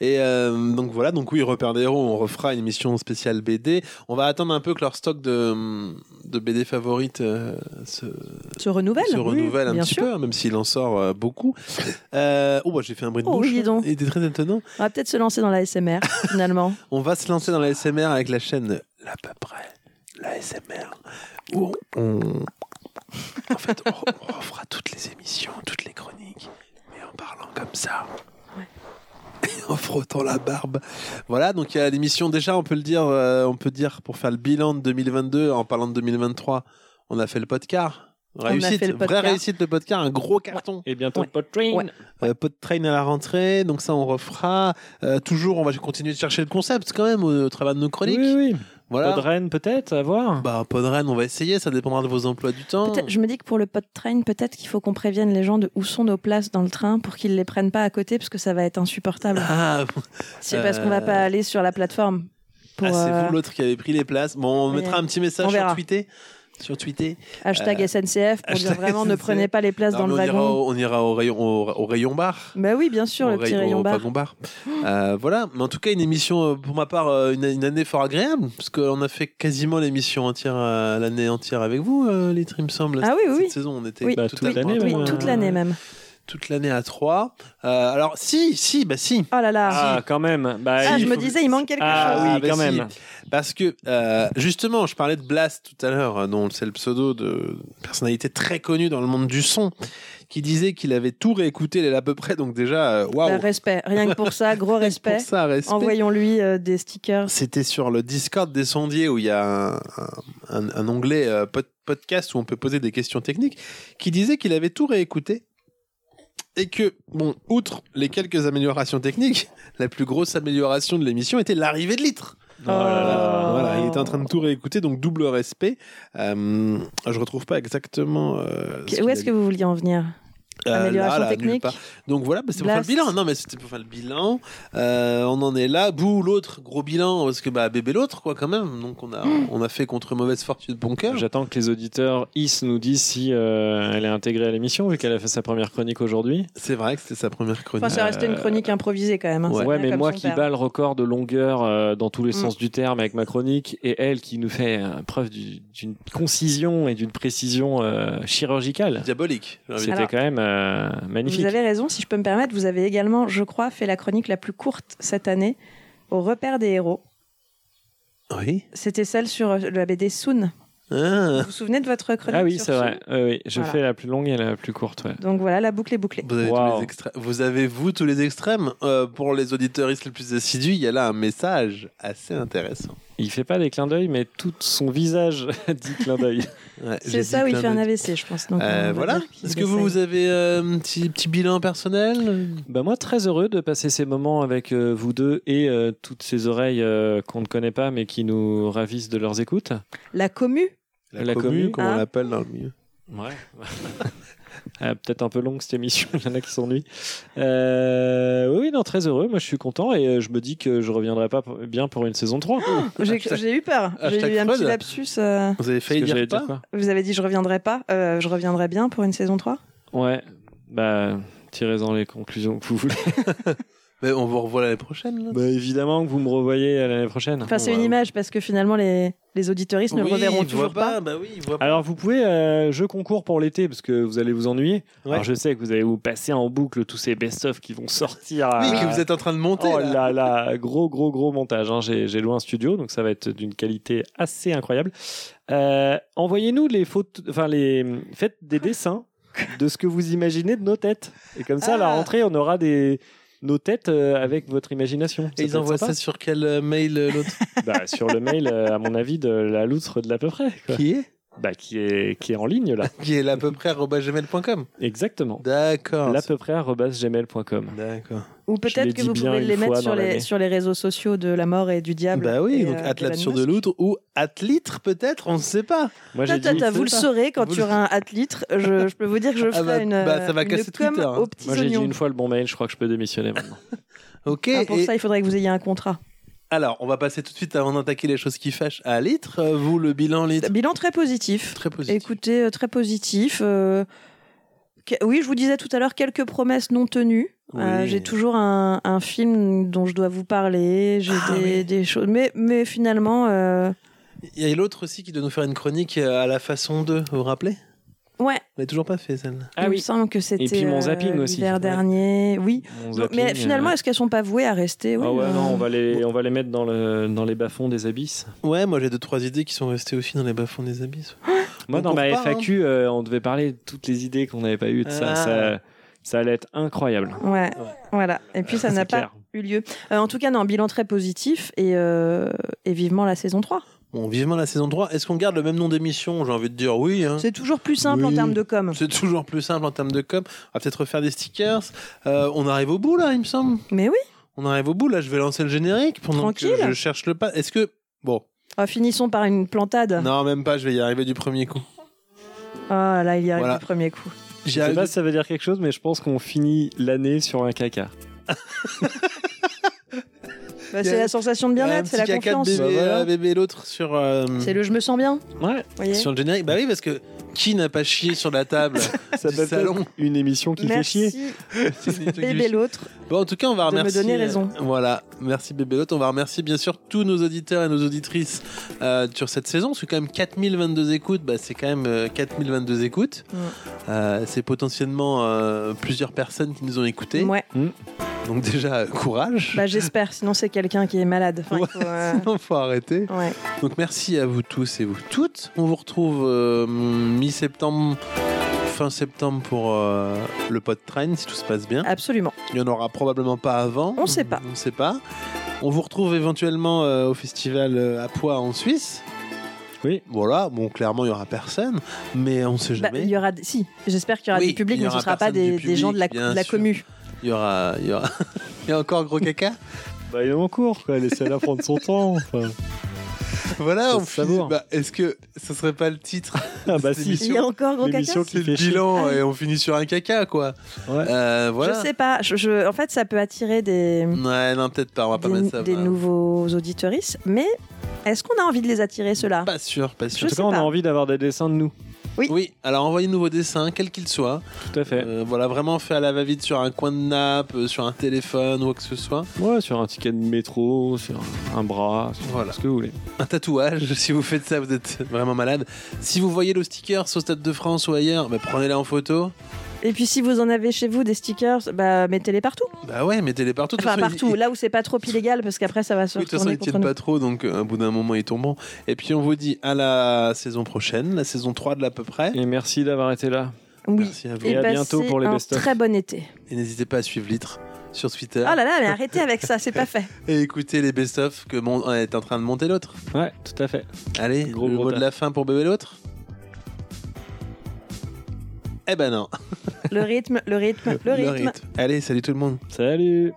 Et euh, donc voilà, donc oui, Repère des héros, on refera une émission spéciale BD. On va attendre un peu que leur stock de, de BD favorites euh, se, Se renouvelle se renouvelle oui, un bien petit sûr. peu, hein, même s'il en sort euh, beaucoup. Euh, oh, bah, j'ai fait un bruit de Oh, bouche. oui, dis donc. Il était très étonnant. On va peut-être se lancer dans la SMR finalement. On va se lancer dans la SMR avec la chaîne à peu près, la SMR, où on, En fait, on, on refera toutes les émissions, toutes les chroniques, mais en parlant comme ça. en frottant la barbe. Voilà, donc il y a l'émission déjà, on peut le dire, euh, on peut dire pour faire le bilan de 2022 en parlant de 2023, on a fait le podcast. Réussite, fait le podcast. vraie réussite le podcast, un gros carton. Et bientôt Ouais. le pot train. Ouais. Euh, pot de train à la rentrée, donc ça on refera. Euh, toujours, on va continuer de chercher le concept quand même au, au travers de nos chroniques. Oui, oui. Ah. Voilà. Pod Rennes, peut-être, à voir. Bah, pod Rennes, on va essayer, ça dépendra de vos emplois du temps. Peut-être- Je me dis que pour le pot train, peut-être qu'il faut qu'on prévienne les gens de où sont nos places dans le train pour qu'ils les prennent pas à côté parce que ça va être insupportable. Ah, C'est parce qu'on va euh, pas aller sur la plateforme. Pour, ah, c'est euh, vous l'autre qui avez pris les places. Bon, on oui, mettra un petit message on sur verra. Twitter. Sur Twitter. hashtag euh, SNCF pour hashtag dire vraiment ne SNCF. prenez pas les places Non, dans mais le on, ira au, on wagon. ira au rayon, au, au rayon bar. Bah oui, bien sûr, Au le ray- petit rayon au bar. wagon bar. Euh, voilà, mais en tout cas, une émission, euh, pour ma part, euh, une, une année fort agréable, parce qu'on a fait quasiment l'émission entière, euh, l'année entière avec vous, euh, Litre, il me semble. Ah oui, Cette oui. saison, on était Oui, Bah, tout toute à- l'année, Oui, même, toute euh, l'année même. toute l'année à trois. Euh, alors, si, si, bah si. Oh là là. Ah, quand même. Bah, Ah, si, je il me faut- disais, il manque quelque Ah, chose. Ah, oui, bah quand si. même. Parce que, euh, justement, je parlais de Blast tout à l'heure, euh, dont c'est le pseudo de personnalité très connue dans le monde du son, qui disait qu'il avait tout réécouté les à peu près, donc déjà, euh, waouh. Bah, respect, rien que pour ça, gros respect. Pour ça, respect. Envoyons-lui euh, des stickers. C'était sur le Discord des sondiers où il y a un, un- un onglet euh, pod- podcast où on peut poser des questions techniques, qui disait qu'il avait tout réécouté et que, bon, outre les quelques améliorations techniques, la plus grosse amélioration de l'émission était l'arrivée de litre. Oh là là. Voilà, il était en train de tout réécouter, donc double respect. Euh, je retrouve pas exactement. euh, ce Que- qu'il Où a est-ce dit. que vous vouliez en venir Euh, là, Amélioration là, nulle technique part. Donc voilà, bah, c'est pour faire le Blast. bilan. Non, mais c'était pour faire le bilan. Euh, on en est là. Bouh, l'autre, gros bilan, parce que bah, bébé l'autre, quoi, quand même. Donc on a, Hmm. on a fait contre mauvaise fortune bon Oh. cœur. J'attends que les auditeurs IS nous disent si euh, elle est intégrée à l'émission, vu qu'elle a fait sa première chronique aujourd'hui. C'est vrai que c'était sa première chronique. Enfin, ça restait une chronique improvisée quand même. hein, Euh, Ouais. c'est Ouais, pas mais comme moi son qui père. Mm. bats le record de longueur euh, dans tous les sens du terme avec ma chronique, et elle qui nous fait euh, preuve du- d'une concision et d'une précision euh, chirurgicale, Diabolique. j'ai envie de c'était dire. Alors, quand même euh, magnifique. Vous avez raison, si je peux me permettre, vous avez également, je crois, fait la chronique la plus courte cette année au repère des héros. Oui. C'était celle sur euh, la BD Soon. Ah. Vous vous souvenez de votre chronique Ah oui, sur c'est Soon vrai. Oui, oui, je Voilà. fais la plus longue et la plus courte. ouais. Donc voilà, la boucle est bouclée. Vous avez, tous Wow. les extrêmes. vous avez, vous, tous les extrêmes. Euh, pour les auditeuristes les plus assidus, il y a là un message assez intéressant. Il fait pas des clins d'œil, mais tout son visage dit clin d'œil. Ouais, j'ai C'est ça où dit il plein fait un de- AVC, je pense. Donc, on Euh, va voilà. dire qu'il Est-ce que vous, vous essaye. avez euh, un petit, petit bilan personnel Bah moi, très heureux de passer ces moments avec euh, vous deux et euh, toutes ces oreilles euh, qu'on ne connaît pas, mais qui nous ravissent de leurs écoutes. La commu La, La commu, commu, comme on hein. l'appelle dans le milieu. Ouais. Ah, Peut-être un peu longue cette émission, il y en a qui s'ennuient. Euh, oui, oui, non, très heureux, moi je suis content et euh, je me dis que je reviendrai pas pour- bien pour une saison 3. J'ai Hashtag- j'ai eu peur. Ah, hashtag J'ai eu un Freud. petit lapsus. euh, Vous avez failli dire pas Vous avez dit je reviendrai pas. euh, je reviendrai bien pour une saison 3. Ouais, bah tirez-en les conclusions que vous voulez. Mais on vous revoit l'année prochaine. là. bah évidemment que vous me revoyez à l'année prochaine. Enfin, c'est une image parce que finalement, les, les auditoristes ne Oui, le reverront ils toujours voient pas. Bah oui, ils voient Alors vous pouvez, euh, je concours pour l'été parce que vous allez vous ennuyer. Ouais. Alors je sais que vous allez vous passer en boucle tous ces best-of qui vont sortir. pas. Oui, euh, que vous êtes en train de monter. Oh là. là là, gros gros gros montage. hein. J'ai j'ai loué un studio, donc ça va être d'une qualité assez incroyable. Euh, Envoyez-nous les photos, enfin les faites des dessins de ce que vous imaginez de nos têtes. Et comme ça, à la Ah. rentrée, on aura des nos têtes euh, avec votre imagination. Ça Et peut être ils envoient sympa. ça sur quel euh, mail euh, l'autre Bah, sur le mail, euh, à mon avis, de la loutre de l'à peu près, quoi. qui est Bah, qui est qui est en ligne là. Qui est là à peu près arobase gmail.com. Exactement. D'accord. L'à peu près arobase gmail.com. D'accord. Ou l'ai peut-être que dit vous bien pouvez une les fois mettre sur dans l'année. les, sur les réseaux sociaux de la mort et du diable. Bah oui, et, donc euh, Atlas d'Elon sur de Musk. l'outre ou Atlitre peut-être, on ne sait pas. Moi, Ta, j'ai ta, dit. ta, vous le pas. saurez quand Vous tu le- auras un atlitre. Je, je peux vous dire que je Ah ferai bah, une, bah, ça va euh, casser une Twitter, com hein. aux petits Moi, j'ai dit oignons. une fois le bon mail, je crois que je peux démissionner maintenant. Ok. Ah, pour et- ça, il faudrait que vous ayez un contrat. Alors, on va passer tout de suite avant d'attaquer les choses qui fâchent à Litre. Euh, Vous, le bilan Litre Bilan très positif. Très positif. Écoutez, euh, très positif. euh, que- oui, je vous disais tout à l'heure quelques promesses non tenues. Euh, Oui. j'ai toujours un, un film dont je dois vous parler. J'ai Ah des, des choses, mais, mais finalement, euh, Il y a l'autre aussi qui doit nous faire une chronique euh, à la façon de, vous vous rappelez Ouais. On l'a toujours pas fait celle-là. Ah, Il oui. me semble que c'était Et puis mon zapping euh, aussi. l'hiver Ouais. dernier. Oui. Mon Donc, mais zapping, finalement, euh, est-ce qu'elles sont pas vouées à rester Oui, ah ouais, euh, non, on va les, on va les mettre dans, le, dans les bas-fonds des abysses. Ouais, moi j'ai deux trois idées qui sont restées aussi dans les bas-fonds des abysses. Moi, On dans court ma pas, hein. FAQ, euh, on devait parler de toutes les idées qu'on n'avait pas eues de ça. Ah. ça. Ça allait être incroyable. Ouais, voilà. Et puis ça C'est n'a pas clair. eu lieu. Euh, en tout cas, non, bilan très positif et, euh, et vivement la saison 3. Bon, vivement la saison 3. Est-ce qu'on garde le même nom d'émission J'ai envie de dire oui. hein. C'est toujours plus simple en Oui. termes de com. C'est toujours plus simple en termes de com. On va peut-être refaire des stickers. Euh, on arrive au bout là, il me semble. Mais oui, On arrive au bout là. Je vais lancer le générique pendant Tranquille. que je cherche le pas. Est-ce que bon Ah, finissons par une plantade. Non, même pas. Je vais y arriver du premier coup. Ah là, il y arrive Voilà. du premier coup. J'y Je sais arrive pas si ça veut dire quelque chose, mais je pense qu'on finit l'année sur un caca. Il Bah, y c'est a- la sensation de un bien-être, petit c'est la caca de confiance. bébé, Bah, voilà. euh, bébé et l'autre sur euh, C'est le je me sens bien. Ouais, voyez. sur le générique. Bah oui, parce que qui n'a pas chié sur la table ça Du peut salon. être une émission qui fait chier. Merci bébé l'autre. Bon, en tout cas, on va De me remercier. donner raison. euh, Voilà, merci Bébélotte. On va remercier bien sûr tous nos auditeurs et nos auditrices euh, sur cette saison. Parce que quand même 4022 écoutes, bah, c'est quand même euh, 4022 écoutes. Mm. Euh, c'est potentiellement euh, plusieurs personnes qui nous ont écoutés. Ouais, Donc déjà, euh, courage. bah j'espère. Sinon, c'est quelqu'un qui est malade. Enfin, il faut, euh, Sinon, faut arrêter. ouais. Donc merci à vous tous et vous toutes. On vous retrouve euh, mi-septembre, fin septembre pour euh, le pod train si tout se passe bien. absolument. Il n'y en aura probablement pas avant. On sait pas. On sait pas. On vous retrouve éventuellement euh, au festival euh, à Poix en Suisse. Oui. Voilà, bon, clairement, il n'y aura personne, mais on sait Bah, jamais. il y aura. Si, j'espère qu'il y aura Oui, du public, il y mais ce aura sera pas personne du des, des gens de la, public, bien de la sûr. commu. Il y aura. Il y aura. Il y a encore gros caca. Bah, il est en cours, quoi. Laissez-la prendre son temps. enfin. Voilà, Ça on se finit. savoure. Bah, Est-ce que ce serait pas le titre Ah, de bah, cette si. Il y a émission encore gros caca. L'émission qui C'est le fait chier. bilan et on finit sur un caca, quoi. Ouais. Euh, voilà. Je sais pas. Je, je- en fait, ça peut attirer des, Ouais, non, peut-être pas. On va pas des, mettre ça. des bah, nouveaux auditeuristes, mais est-ce qu'on a envie de les attirer, ceux-là Pas sûr, pas sûr. En Je tout sais cas, on a pas. envie d'avoir des dessins de nous. Oui, alors envoyez-nous vos dessins, quels qu'ils soient. Tout à fait. Euh, voilà, vraiment fait à la va-vite sur un coin de nappe, euh, sur un téléphone ou quoi que ce soit. Ouais, sur un ticket de métro, sur un bras, sur Voilà. ce que vous voulez. Un tatouage, si vous faites ça, vous êtes vraiment malade. Si vous voyez le sticker au Stade de France ou ailleurs, bah, prenez-les en photo. Et puis, si vous en avez chez vous des stickers, bah, mettez-les partout. Bah ouais, mettez-les partout. De toute Enfin, façon, ils- partout. Là où c'est pas trop illégal, parce qu'après, ça va se Oui, de toute façon, retourner ils contre tiennent nous. pas trop, donc euh, au bout d'un moment, ils tomberont. Et puis, on vous dit à la saison prochaine, la saison 3 de l'à peu près. Et merci d'avoir été là. Oui. Merci à vous. Et à passez bientôt pour les un best-of. Très bon été. Et n'hésitez pas à suivre Litre sur Twitter Oh là là, mais arrêtez avec ça, c'est pas fait. et écoutez les best-of que mon... on est en train de monter l'autre. Ouais, tout à fait. Allez, Gros, le gros mot de taf. la fin pour bébé l'autre Eh ben non. ben Le rythme, le rythme, le rythme. Allez, salut tout le monde. Salut